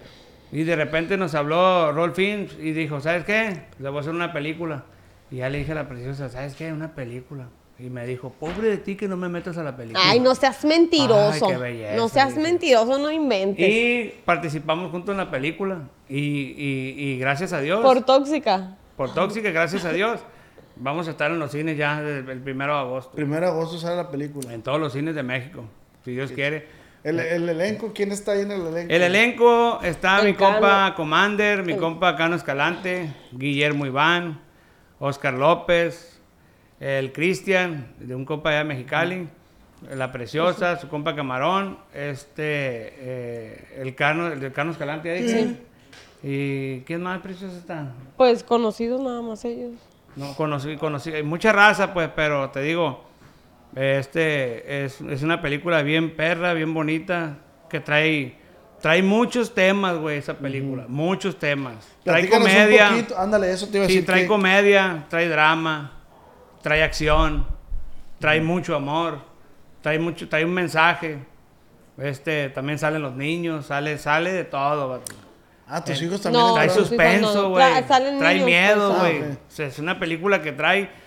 C: y de repente nos habló Roll Films y dijo, ¿sabes qué? Le voy a hacer una película. Y ya le dije a la preciosa, ¿sabes qué? Una película. Y me dijo, pobre de ti que no me metas a la película.
D: Ay, no seas mentiroso.
C: Ay, qué belleza,
D: no seas
C: dice.
D: mentiroso, no inventes.
C: Y participamos juntos en la película. Y, y- y gracias a Dios.
D: Por tóxica.
C: Por Tóxica, gracias a Dios. Vamos a estar en los cines ya desde el primero de agosto.
B: Primero de agosto sale la película.
C: En todos los cines de México, si Dios quiere.
B: El, el elenco, ¿quién está ahí en el elenco?
C: El elenco está
D: El
C: mi compa
D: Cano.
C: Commander, mi compa Cano Escalante, Guillermo Iván, Oscar López, el Cristian, de un compa allá de Mexicali, la Preciosa, su compa Camarón, este, eh, el Cano, el de Cano Escalante, ya dije. ¿Y quién más Preciosa está?
D: Pues conocidos nada más ellos.
C: No, conocí, conocí, hay mucha raza, pues, pero te digo, este es, es una película bien perra, bien bonita, que trae, trae muchos temas, güey, esa película, muchos temas. Trae
B: Platícanos un
C: comedia,
B: poquito. Ándale, eso te iba a
C: sí,
B: decir.
C: trae
B: que-
C: comedia, trae drama, trae acción, trae mucho amor, trae mucho, trae un mensaje. Este, también salen los niños, sale, sale de todo, vato.
B: Ah, tus
C: Eh,
B: hijos también.
D: No,
C: Trae
B: entraron.
D: sus hijos no.
C: suspenso, güey.
D: Tra- salen
C: trae
D: niños,
C: miedo,
D: pues.
C: güey.
B: Ah, ok.
C: O sea, es una película que trae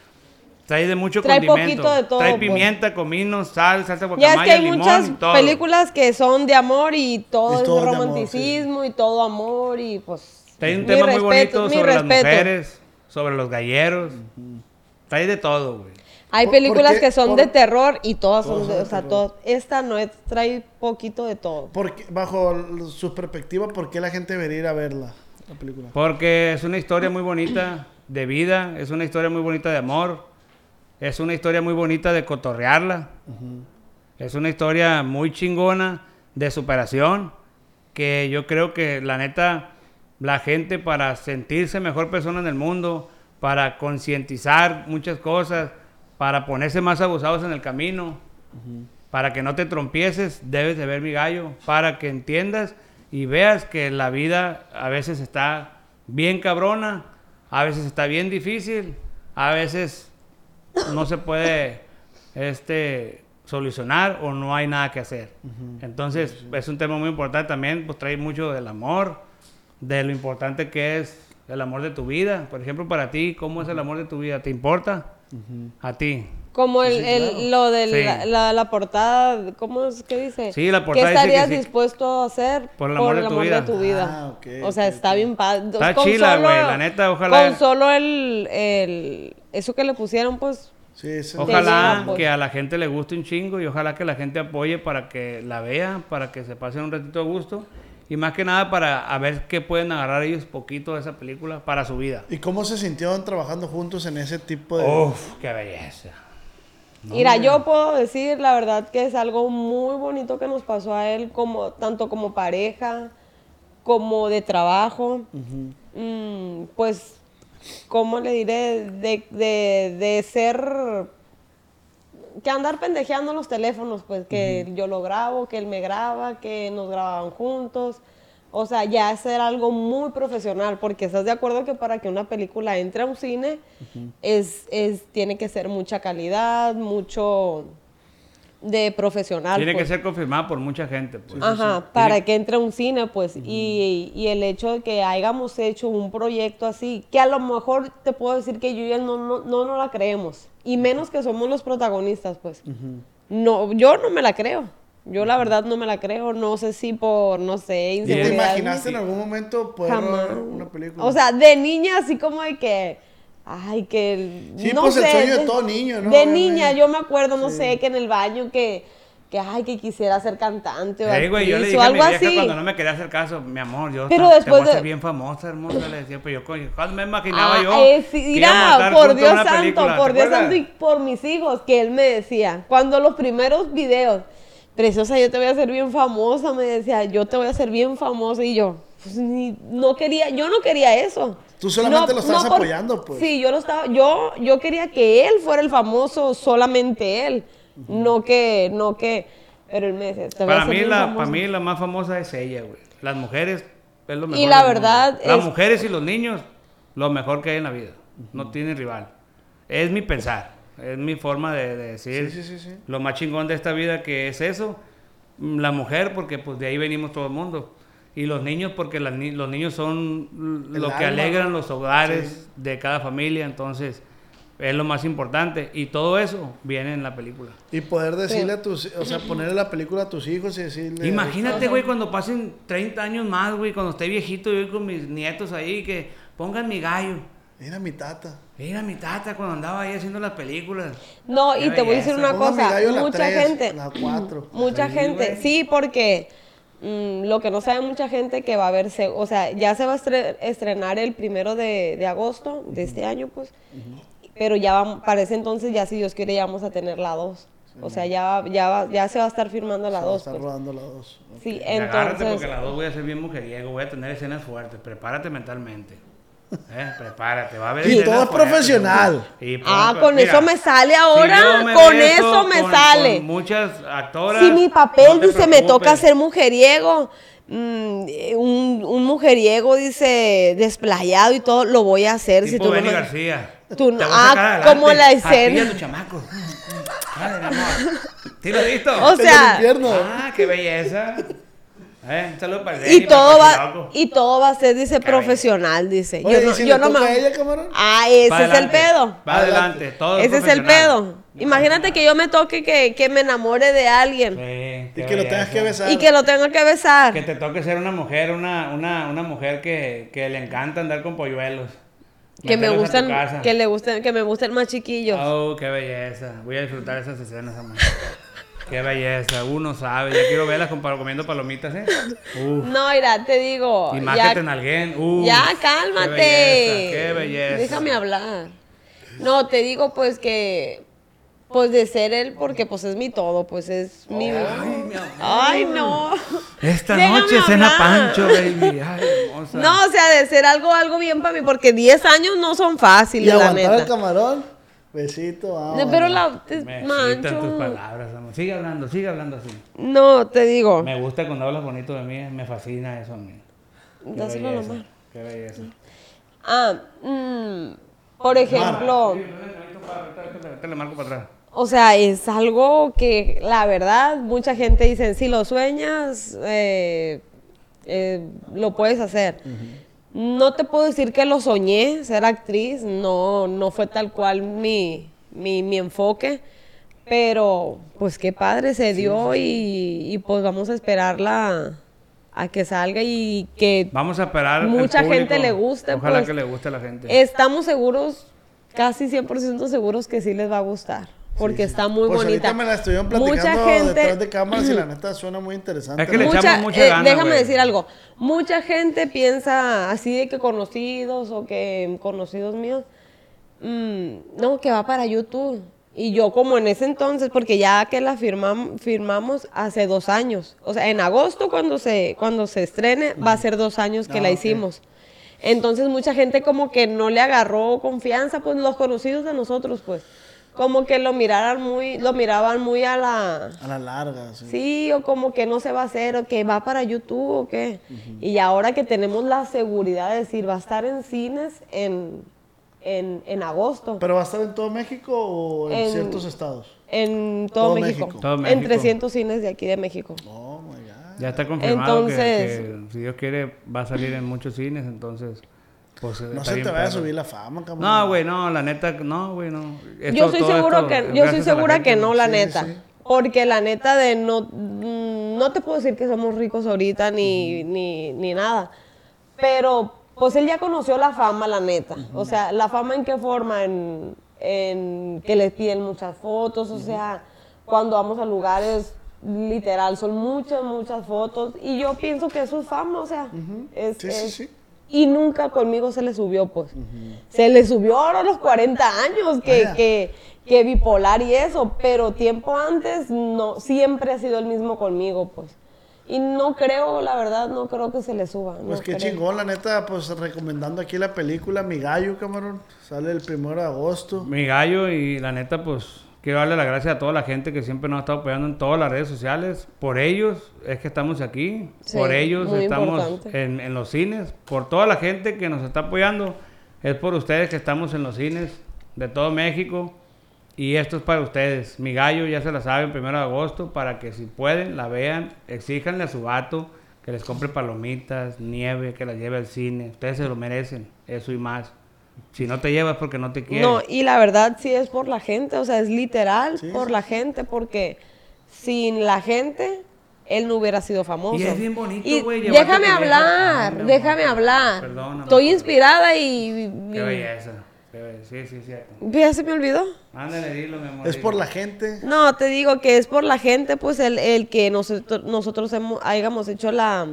C: Trae de mucho
D: Trae
C: condimento.
D: poquito de todo,
C: Trae
D: pues.
C: pimienta, comino, sal, salsa
D: Ya es
C: guacamaya,
D: que hay
C: limón,
D: muchas
C: todo.
D: películas que son de amor y todo
B: Es
D: es,
B: todo de amor,
D: romanticismo y todo amor y pues...
C: Trae un
D: mi
C: tema muy
D: respeto,
C: bonito
D: mi
C: sobre las
D: respeto.
C: mujeres, sobre los galleros. Trae de todo, güey.
D: Hay
B: Por-
D: películas
B: porque-
D: que son
B: por-
D: de terror y todas son
B: todas
D: de,
B: son de
D: o sea,
B: terror.
D: todas- esta no es, trae poquito de todo.
B: Porque, bajo l- su perspectiva, ¿por qué la gente debería ir a verla? La película.
C: Porque es una historia muy bonita de vida, es una historia muy bonita de amor, es una historia muy bonita de cotorrearla, es una historia muy chingona de superación, que yo creo que la neta, la gente para sentirse mejor persona en el mundo, para concientizar muchas cosas, para ponerse más abusados en el camino, para que no te trompieces, debes de ver mi gallo, para que entiendas y veas que la vida a veces está bien cabrona, a veces está bien difícil, a veces no se puede este solucionar o no hay nada que hacer. Entonces, es un tema muy importante también, pues trae mucho del amor, de lo importante que es el amor de tu vida. Por ejemplo, para ti, ¿cómo es el amor de tu vida? ¿Te importa? A ti.
D: Como el, el- lo de
C: Sí.
D: la, la- la portada, ¿cómo es que dice?
C: Sí, la portada
D: ¿Qué
C: dice que
D: estarías
C: sí.
D: dispuesto a hacer
C: Por el amor de tu vida.
D: vida?
B: Ah, ok,
D: o sea,
B: ok,
D: está bien padre.
C: Está chila, güey, la neta, ojalá-
D: Con solo el, el- eso que le pusieron, pues,
B: Sí, esa-
C: Ojalá
D: llega, pues.
C: que a la gente le guste un chingo y ojalá que la gente apoye para que la vean, para que se pasen un ratito a gusto y más que nada para a ver qué pueden agarrar ellos poquito de esa película para su vida.
B: ¿Y cómo se sintieron trabajando juntos en ese tipo de...
C: Uf, qué belleza.
D: Mira, yo puedo decir la verdad que es algo muy bonito que nos pasó a él, como, tanto como pareja, como de trabajo. Mm, pues, ¿cómo le diré? De, de- de ser. que andar pendejeando los teléfonos, pues que yo lo grabo, que él me graba, que nos grababan juntos. O sea, ya hacer algo muy profesional, porque estás de acuerdo que para que una película entre a un cine es, es, tiene que ser mucha calidad, mucho de profesional.
C: Tiene que
D: pues.
C: ser confirmada por mucha gente. pues.
D: Ajá, para que entre a un cine, pues. y, y el hecho de que hayamos hecho un proyecto así, que a lo mejor te puedo decir que yo y él no no, no, nos la creemos. Y menos que somos los protagonistas, pues. No, yo no me la creo. Yo la verdad no me la creo. No sé si por, no sé,
B: ¿Y te
D: inseguridad.
B: imaginaste en algún momento poder
D: Jamás.
B: ver una película?
D: O sea, de niña así como de que... Ay, que... el-
B: Sí,
D: no
B: pues, el
D: sé,
B: sueño de todo niño, ¿no?
D: De niña,
B: Obviamente.
D: yo me acuerdo, no sé, que en el baño que... Que, ay, que quisiera ser cantante o,
C: Ey, güey, yo le
D: actriz
C: dije
D: o
C: a mi
D: algo
C: vieja
D: así.
C: cuando no me quería hacer caso, mi amor, yo
D: Pero
C: ta- te
D: después
C: voy a ser
D: de-
C: bien famosa, hermosa, le decía, pero yo coño, cuando me imaginaba
D: Ah,
C: yo.
D: eh, sí,
C: que
D: mira,
C: íbamos a estar
D: por
C: juntos en
D: Dios
C: una
D: santo,
C: película, ¿te
D: por Dios
C: acuerdas?
D: santo y por mis hijos, que él me decía, cuando los primeros videos, preciosa, yo te voy a hacer bien famosa, me decía, yo te voy a hacer bien famosa, y yo, pues, ni- no quería, yo no quería eso.
B: Tú solamente lo estabas
D: por-
B: apoyando, pues.
D: Sí, yo lo estaba, yo, yo quería que él fuera el famoso, solamente él, no que, no que, pero él me decía, te voy a
C: Para
D: hacer
C: mí,
D: bien
C: la,
D: famosa.
C: para mí la más famosa es ella, güey. Las mujeres es lo mejor.
D: Y
C: del
D: la
C: mundo.
D: verdad
C: Las
D: es-
C: mujeres y los niños, lo mejor que hay en la vida. No tienen rival. Es mi pensar. Es mi forma de, de decir
B: Sí, sí, sí, sí.
C: lo más chingón de esta vida que es eso. mm, La mujer, porque pues de ahí venimos todo el mundo. Y los niños, porque las ni- los niños son l-
B: El
C: lo que
B: alma.
C: alegran los hogares de cada familia. Entonces, es lo más importante. Y todo eso viene en la película.
B: Y poder decirle a tus... O sea, ponerle la película a tus hijos y decirle...
C: Imagínate, güey, cuando pasen 30 años más, güey, cuando esté viejito yo con mis nietos ahí, que pongan mi gallo.
B: Mira mi tata.
C: Mira mi tata cuando andaba ahí haciendo las películas.
D: No, y
C: Qué
D: te voy a
C: belleza.
D: decir una
B: Ponga mi
D: cosa,
B: gallo a la
D: mucha
B: tres,
D: gente, mm,
B: a la cuatro.
D: mucha
C: Sí,
D: gente,
C: güey.
D: sí, porque mm, lo que no sabe mucha gente que va a verse, o sea, ya se va a estre- estrenar el primero de, de agosto de este año, pues, pero ya vamos, para ese entonces ya si Dios quiere ya vamos a tener la dos, o sea, ya, ya, va- ya se va a estar firmando la dos,
B: Está
D: pues.
B: rodando la dos.
D: sí,
C: Y agárrate porque
D: entonces,
C: a las dos voy a ser bien mujeriego, voy a tener escenas fuertes. Prepárate mentalmente. Eh, Prepárate, va a haber
B: Y
C: escenas
B: todo es
C: fuertes,
B: profesional.
C: güey. Y
D: Ah,
C: pon-
D: con
C: mira,
D: eso me sale
C: si
D: ahora,
C: yo me
D: con
C: beso
D: eso me
C: con-
D: sale.
C: con muchas actoras.
D: si mi papel
C: no te
D: dice me toca
C: preocupes.
D: ser mujeriego, mm, eh, un, un mujeriego dice desplayado y todo, lo voy a hacer si
C: Tipo
D: tú no
C: Benny
D: me-
C: García.
D: Tú no-
C: Te voy a sacar
D: ah,
C: adelante.
D: como la
C: A ti y
D: escena.
C: A tu chamaco. Madre, mi amor. ¿Sí lo has visto?
D: O
B: Desde el
D: sea,
B: infierno.
C: Ah, qué belleza. Eh, un saludo para el
D: Y
C: Denny, para
D: todo,
C: el
D: va,
C: Patriloco.
D: y todo va a ser, dice,
C: Caray.
D: profesional, dice.
B: Oye,
D: yo
B: ¿y
D: no,
B: si
D: yo
B: le
D: no
B: toca
D: ma-
B: a ella, camarón?
D: Ah, ese
C: Va
D: es el
C: adelante,
D: pedo.
C: Va adelante, todo
D: Ese es el
C: profesional.
D: pedo. Imagínate que yo me toque que, que me enamore de alguien
B: Y
C: Sí, qué
B: que lo tengas
C: belleza.
B: que besar.
D: y que lo tenga que besar.
C: Que te toque ser una mujer, una, una, una mujer que, que le encanta andar con polluelos.
D: que me
C: Meterlos a tu
D: gustan,
C: casa.
D: que le gusten, que me gusten más chiquillos.
C: Oh, qué belleza. Voy a disfrutar esas escenas, amor. qué belleza. Uno sabe. Ya quiero verlas con- comiendo palomitas, ¿eh? Uf.
D: No, mira, te digo.
C: Y más
D: ya-
C: que te nalguen. Uf,
D: ya,
C: Uh, qué
D: cálmate.
C: belleza, Qué belleza.
D: Déjame hablar. No, te digo pues que pues de ser él porque pues es mi todo, pues es mi Ay, no.
C: Esta
D: Déjame
C: noche cena
D: hablar.
C: Pancho, baby. Ay, hermosa.
D: No, o sea, de ser algo algo bien para mí porque 10 años no son
B: Y
D: fáciles, la
B: aguantar el
D: neta.
B: camarón. Besito, vamos.
D: No, Pero la te-
C: Me excitan tus
D: mancho.
C: palabras, amor. Sigue hablando, sigue hablando así.
D: No, te digo.
C: Me gusta cuando hablas bonito de mí. Me fascina eso a mí. Qué
D: Dáselo a la
C: belleza,
D: mano.
C: Qué belleza.
D: Ah, mm, por ejemplo,
C: Te le marco para atrás.
D: O sea, es algo que la verdad mucha gente dice, si lo sueñas, eh, eh, lo puedes hacer. No te puedo decir que lo soñé, ser actriz, no, no fue tal cual mi, mi, mi enfoque, pero pues qué padre se dio y, y, pues vamos a esperarla a que salga y que
C: Vamos a esperar. al
D: mucha
C: público.
D: gente le guste.
C: Ojalá
D: pues.
C: que le guste a la gente.
D: Estamos seguros, casi 100% seguros que sí les va a gustar. Porque está muy
B: Pues
D: bonita.
B: ahorita me la estuvieron
D: Mucha
B: platicando
D: gente.
B: detrás de cámaras y
D: *clears throat*
B: la neta suena muy interesante.
C: Es que le
B: ¿no?
C: echamos
D: mucha-
C: mucha
D: eh,
C: gana,
D: déjame
C: güey.
D: decir algo. Mucha gente piensa así de que conocidos o que conocidos míos. mm, no, que va para YouTube. Y yo, como en ese entonces, porque ya que la firmam- firmamos hace dos años. O sea, en agosto, cuando se, cuando se estrene, va a ser dos años que
C: Ah,
D: la
C: ok.
D: hicimos. Entonces mucha gente como que no le agarró confianza, pues los conocidos de nosotros, pues, como que lo miraran muy, lo miraban muy a la,
B: A la larga, sí.
D: sí, o como que no se va a hacer, o que va para YouTube, o qué. Y ahora que tenemos la seguridad de decir, va a estar en cines en, en, en agosto,
B: ¿Pero va a estar en todo México o en,
D: En-
B: ciertos estados?
D: en todo,
B: Todo
D: México,
B: México.
C: Todo
D: en
C: México.
D: 300 cines de aquí de México.
B: Oh, my God.
C: Ya está confirmado que-
D: Entonces-
C: que, si Dios quiere va a salir en muchos cines, entonces pues
B: No
C: está
B: se
C: bien
B: te vaya a
C: perro.
B: subir la fama, cabrón.
C: No, güey, no, la neta, no, güey, no. eh, Esto-
D: yo soy
C: todo
D: seguro
C: esto,
D: que yo
C: gracias
D: soy
C: a la
D: segura
C: gente,
D: que no la
B: Sí,
D: neta
B: sí.
D: porque la neta de no mm, no te puedo decir que somos ricos ahorita ni ni, ni nada pero pues él ya conoció la fama la neta o sea la fama en qué forma en, en que les piden muchas fotos o sea cuando vamos a lugares literal son muchas muchas fotos y yo pienso que eso es fama o sea es,
B: Sí, sí,
D: es-
B: sí.
D: y nunca conmigo se le subió, pues. Se le subió ahora a los 40 años, que,
B: Vaya.
D: que, que bipolar y eso, pero tiempo antes no, siempre ha sido el mismo conmigo, pues. Y no creo, la verdad, no creo que se le suba.
B: Pues
D: no
B: qué
D: creo.
B: chingón, la neta, pues recomendando aquí la película Mi Gallo, camarón. Sale el primero de agosto.
C: Mi gallo y la neta, pues quiero darle las gracias a toda la gente que siempre nos ha estado apoyando en todas las redes sociales. Por ellos es que estamos aquí,
D: Sí,
C: por ellos
D: muy
C: estamos
D: importante.
C: en, en los cines, por toda la gente que nos está apoyando. Es por ustedes que estamos en los cines de todo México. Y esto es para ustedes. Mi gallo ya se la saben, primero de agosto, para que si pueden, la vean, exíjanle a su vato que les compre palomitas, nieve, que las lleve al cine. Ustedes se lo merecen, eso y más. Si no te llevas porque no te quieren.
D: No, y la verdad sí es por la gente, o sea, es literal
B: Sí,
D: por
B: sí,
D: la gente, porque sin la gente él no hubiera sido famoso.
C: Y es bien bonito,
D: Y
C: güey, llevarte
D: Déjame
C: con ella. Ay,
D: hablar,
C: mi amor,
D: déjame hablar.
C: perdóname,
D: Estoy
C: perdóname.
D: inspirada y...
C: Qué belleza. qué be- Sí, sí, cierto.
D: Ya se me olvidó.
C: Ándale, dilo, mi amor.
B: Es
C: dilo.
B: por la gente.
D: No, te digo que es por la gente, pues el, el que nosotros, nosotros hemos, hayamos hecho la,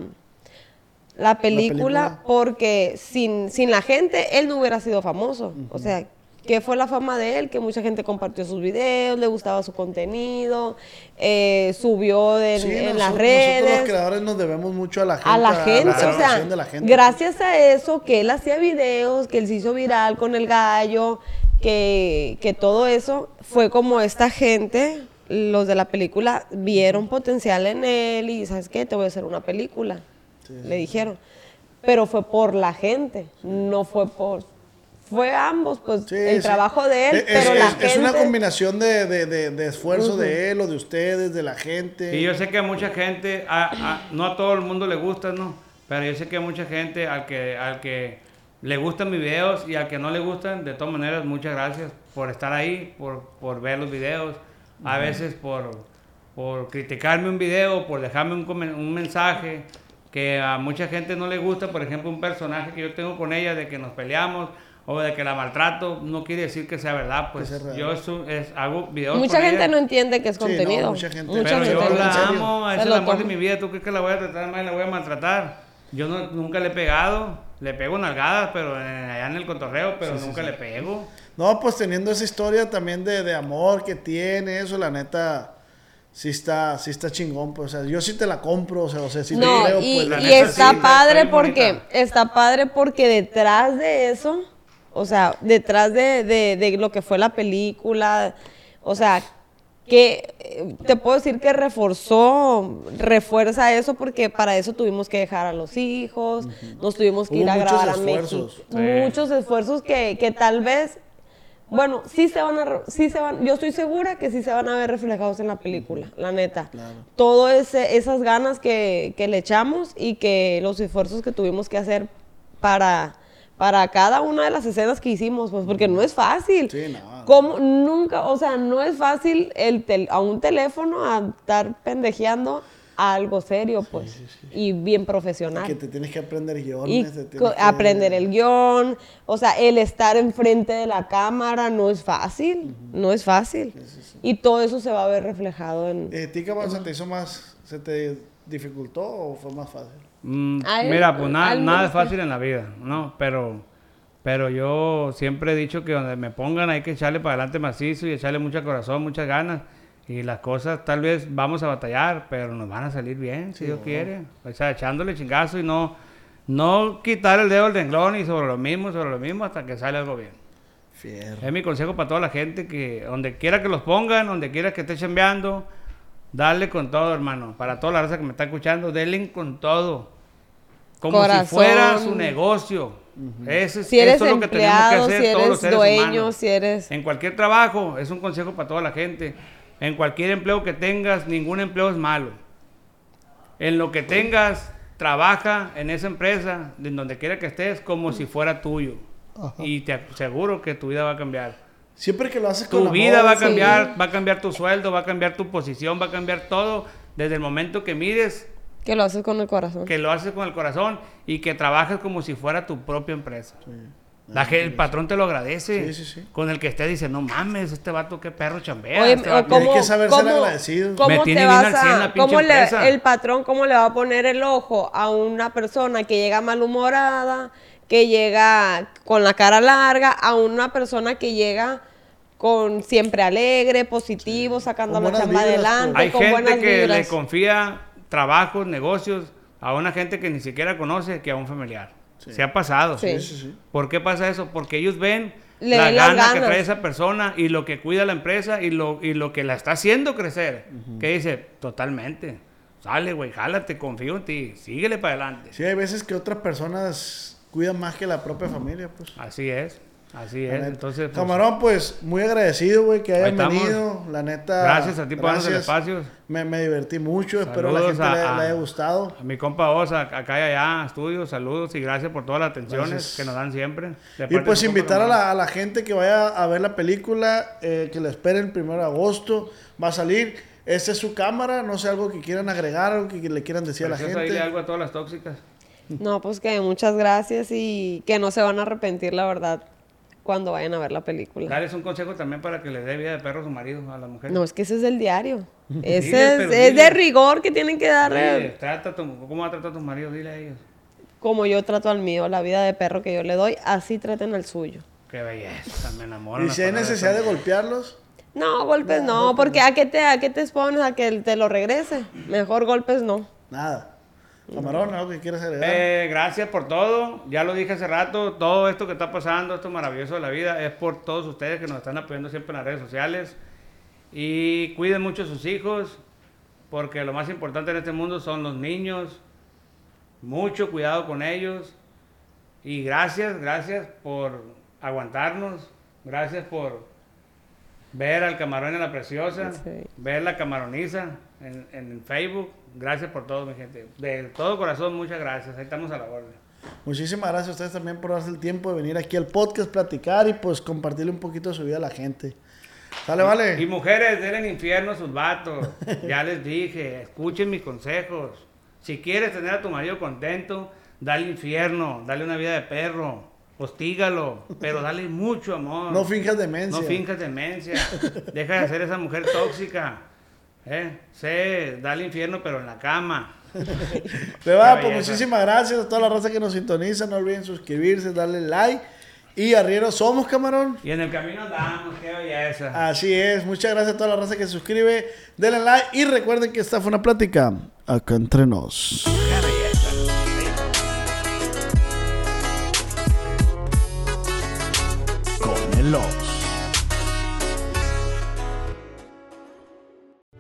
D: la, película
B: película.
D: porque sin, sin la gente él no hubiera sido famoso. O sea, que fue la fama de él, que mucha gente compartió sus videos, le gustaba su contenido, eh, subió en,
B: Sí,
D: en
B: noso-
D: las
B: Nosotros los
D: redes.
B: creadores nos debemos mucho a la gente.
D: A la gente, o sea,
B: aceptación de la gente.
D: gracias a eso que él hacía videos, que él se hizo viral con el gallo, que, que todo eso fue como esta gente, los de la película, vieron potencial en él y, ¿sabes qué? Te voy a hacer una película, le dijeron. Pero fue por la gente, no fue por fue ambos, pues
B: Sí,
D: el
B: sí.
D: trabajo de él,
B: Es-
D: pero
B: es,
D: la
B: es- es una
D: gente-
B: combinación de, de- de- de esfuerzo de él o de ustedes, de la gente.
C: Y yo sé que a mucha gente, a- a- no a todo el mundo le gusta, ¿no? Pero yo sé que a mucha gente al que, al que le gustan mis videos y al que no le gustan, de todas maneras, muchas gracias por estar ahí, por, por ver los videos, a veces por, por criticarme un video, por dejarme un, comen- un mensaje que a mucha gente no le gusta, por ejemplo, un personaje que yo tengo con ella de que nos peleamos o de que la maltrato, no quiere decir que sea verdad, pues
B: sea real.
C: yo su- es- hago videos
D: Mucha
C: con ella.
D: gente no entiende que es
B: no,
D: contenido.
B: mucha gente.
D: Mucha
C: Pero
D: gente
C: yo
D: no
B: en
C: la
D: entiende.
B: serio.
C: amo,
D: Se
C: esa es
D: lo
C: la amor de
D: toma.
C: mi vida. ¿Tú crees que la voy a tratar mal y la voy a maltratar? Yo no- nunca le he pegado. Le pego nalgadas, pero en- allá en el cotorreo, pero nunca le pego.
B: No, pues teniendo esa historia también de, de amor que tiene, eso, la neta, sí está, sí está chingón. Pues, o sea, yo sí te la compro, o sea, o sea, sí
D: no,
B: te creo,
D: y,
B: pues. la
D: y
B: neta,
D: está
C: sí, está
D: padre
C: bien
D: porque
C: bonita.
D: está padre porque detrás de eso, o sea, detrás de, de- de lo que fue la película, o sea, que eh, te puedo decir que reforzó, refuerza eso porque para eso tuvimos que dejar a los hijos, nos tuvimos que
B: Hubo
D: ir a
B: muchos
D: grabar a México,
B: esfuerzos.
D: muchos esfuerzos que, que tal vez bueno, sí se van a, re- sí se van, yo estoy segura que sí se van a ver reflejados en la película, la neta. Todo ese, esas ganas que, que le echamos y que los esfuerzos que tuvimos que hacer para, para cada una de las escenas que hicimos, pues porque no es fácil.
B: Sí, no.
D: Como nunca, o sea, no es fácil el tel- a un teléfono a estar pendejeando a algo serio, pues, y bien profesional
B: Que te tienes que aprender guiones.
D: y
B: te tienes
D: co-
B: que-
D: aprender el guión, o sea, el estar enfrente de la cámara no es fácil, no es fácil. Y todo eso se va a ver reflejado en...
B: Eh, ¿Ti cómo se te hizo más, se te dificultó o fue más fácil?
C: Mm,
D: Ay,
C: mira, pues nada,
D: ay, me
C: nada es
D: gusta.
C: fácil en la vida, ¿no? Pero, pero yo siempre he dicho que donde me pongan hay que echarle para adelante macizo y echarle mucho corazón, muchas ganas. Y las cosas tal vez vamos a batallar, pero nos van a salir bien, si Dios quiere. O sea, echándole chingazo y no, no quitar el dedo del renglón y sobre lo mismo, sobre lo mismo, hasta que sale algo bien.
B: Fierro.
C: Es mi consejo para toda la gente que donde quiera que los pongan, donde quiera que esté chambeando, dale con todo, hermano. Para toda la raza que me está escuchando, denle con todo. Como
D: Corazón.
C: si fuera su negocio. Ese es-
D: Si eres
C: eso es lo que tenemos que
D: empleado,
C: hacer
D: si
C: todos
D: eres
C: los seres
D: dueño,
C: humanos.
D: si eres-
C: En cualquier trabajo, es un consejo para toda la gente. En cualquier empleo que tengas, ningún empleo es malo. En lo que tengas, trabaja en esa empresa, en donde quiera que estés, como si fuera tuyo. Y te aseguro que tu vida va a cambiar.
B: Siempre que lo haces con
C: Tu
B: amor,
C: vida va a
D: sí.
C: cambiar, va a cambiar tu sueldo, va a cambiar tu posición, va a cambiar todo desde el momento que mires,
D: Que lo haces con el corazón.
C: que lo haces con el corazón y que trabajas como si fuera tu propia empresa. La que, el patrón te lo agradece.
B: Sí, sí, sí.
C: Con el que esté dice, no mames, este vato qué perro chambea.
D: Oye,
C: este
D: o
C: vato".
D: ¿cómo,
B: hay que saber ser
D: cómo-
B: agradecido.
D: cómo
C: Me
D: te
C: tiene bien
D: vas
C: al cien la
D: a,
C: pinche
D: cómo le-
C: empresa.
D: el patrón cómo le va a poner el ojo a una persona que llega malhumorada, que llega con la cara larga, a una persona que llega con siempre alegre, positivo, sacando
B: Con
D: la
B: buenas
D: chamba
B: vibras, pues.
D: adelante,
C: Hay
D: con buenas
C: gente que le
D: vibras.
C: confía trabajos, negocios a una gente que ni siquiera conoce que a un familiar. Se ha pasado.
D: Sí. Sí, sí,
C: ¿Por qué pasa eso? Porque ellos ven
D: Le
C: la
D: ven las
C: gana que
D: ganas.
C: trae esa persona y lo que cuida la empresa y lo, y lo que la está haciendo crecer. Que dice, totalmente. Sale, güey, jálate, confío en ti, síguele para adelante.
B: Sí, hay veces que otras personas cuidan más que la propia familia, pues.
C: Así es, así
B: La
C: es.
B: neta.
C: Entonces, pues,
B: Camarón, pues muy agradecido, güey, que
C: Ahí
B: hayan
C: estamos.
B: venido. La neta.
C: Gracias a ti por darnos el
B: gracias.
C: espacio.
B: Me, me divertí mucho. Espero la
C: Saludos
B: gente
C: a-
B: le,
C: a-
B: le haya gustado.
C: a mi compa Osa, acá y allá, estudios, saludos y gracias por todas las atenciones
B: Gracias.
C: que nos dan siempre. De parte
B: Y
C: de
B: pues
C: mi compa
B: invitar a
C: Camarón.
B: la, a la gente que vaya a ver la película, eh, que la esperen primero de agosto. Va a salir. Esta es su cámara. No sé, algo que quieran agregar, algo que le quieran decir a la
C: Preciosa, dile
B: gente.
C: algo a todas las tóxicas.
D: No, pues que muchas gracias y que no se van a arrepentir, la verdad, cuando vayan a ver la película.
C: Darles un consejo también para que le dé vida de perro a su marido, a la mujer.
D: No, es que ese es
C: *laughs*
D: el diario. Ese
C: Diles,
D: es,
C: pero
D: es de
C: diles.
D: rigor que tienen que darle.
C: Dile, trata a tu- ¿Cómo va a tratar a tu marido? Dile a ellos.
D: como yo trato al mío, la vida de perro que yo le doy, así traten al suyo.
C: Qué belleza, me enamoro.
B: Y si hay necesidad de golpearlos,
D: No, golpes no, porque ¿a qué, te, ¿a qué te expones a que te lo regrese? Mejor golpes no.
B: nada. Camarón, algo que quieras agregar.
C: Eh, gracias por todo. Ya lo dije hace rato. Todo esto que está pasando, esto maravilloso de la vida, es por todos ustedes que nos están apoyando siempre en las redes sociales. Y cuiden mucho a sus hijos, porque lo más importante en este mundo son los niños. Mucho cuidado con ellos. Y gracias, gracias por aguantarnos. Gracias por ver al camarón en la preciosa,
G: Sí.
C: ver la camaroniza en, en Facebook. Gracias por todo, mi gente. De todo corazón, muchas gracias. Ahí estamos a la orden.
B: Muchísimas gracias a ustedes también por darse el tiempo de venir aquí al podcast, platicar y pues compartirle un poquito de su vida a la gente. Sale, vale.
C: Y mujeres, denle el infierno a sus vatos. Ya les dije, escuchen mis consejos. Si quieres tener a tu marido contento, dale infierno, dale una vida de perro, hostígalo, pero dale mucho amor.
B: No finjas demencia.
C: No finjas demencia. Deja de ser esa mujer tóxica. ¿Eh? Sé, dale infierno, pero en la cama.
B: Le va,
C: Qué
B: pues
C: belleza.
B: muchísimas gracias a toda la raza que nos sintoniza. No olviden suscribirse, darle like. Y arriero somos, camarón.
C: Y en el camino andamos, qué belleza.
B: Así es. Muchas gracias a toda la raza que se suscribe. Denle like y recuerden que esta fue una plática acá entre nos. Con el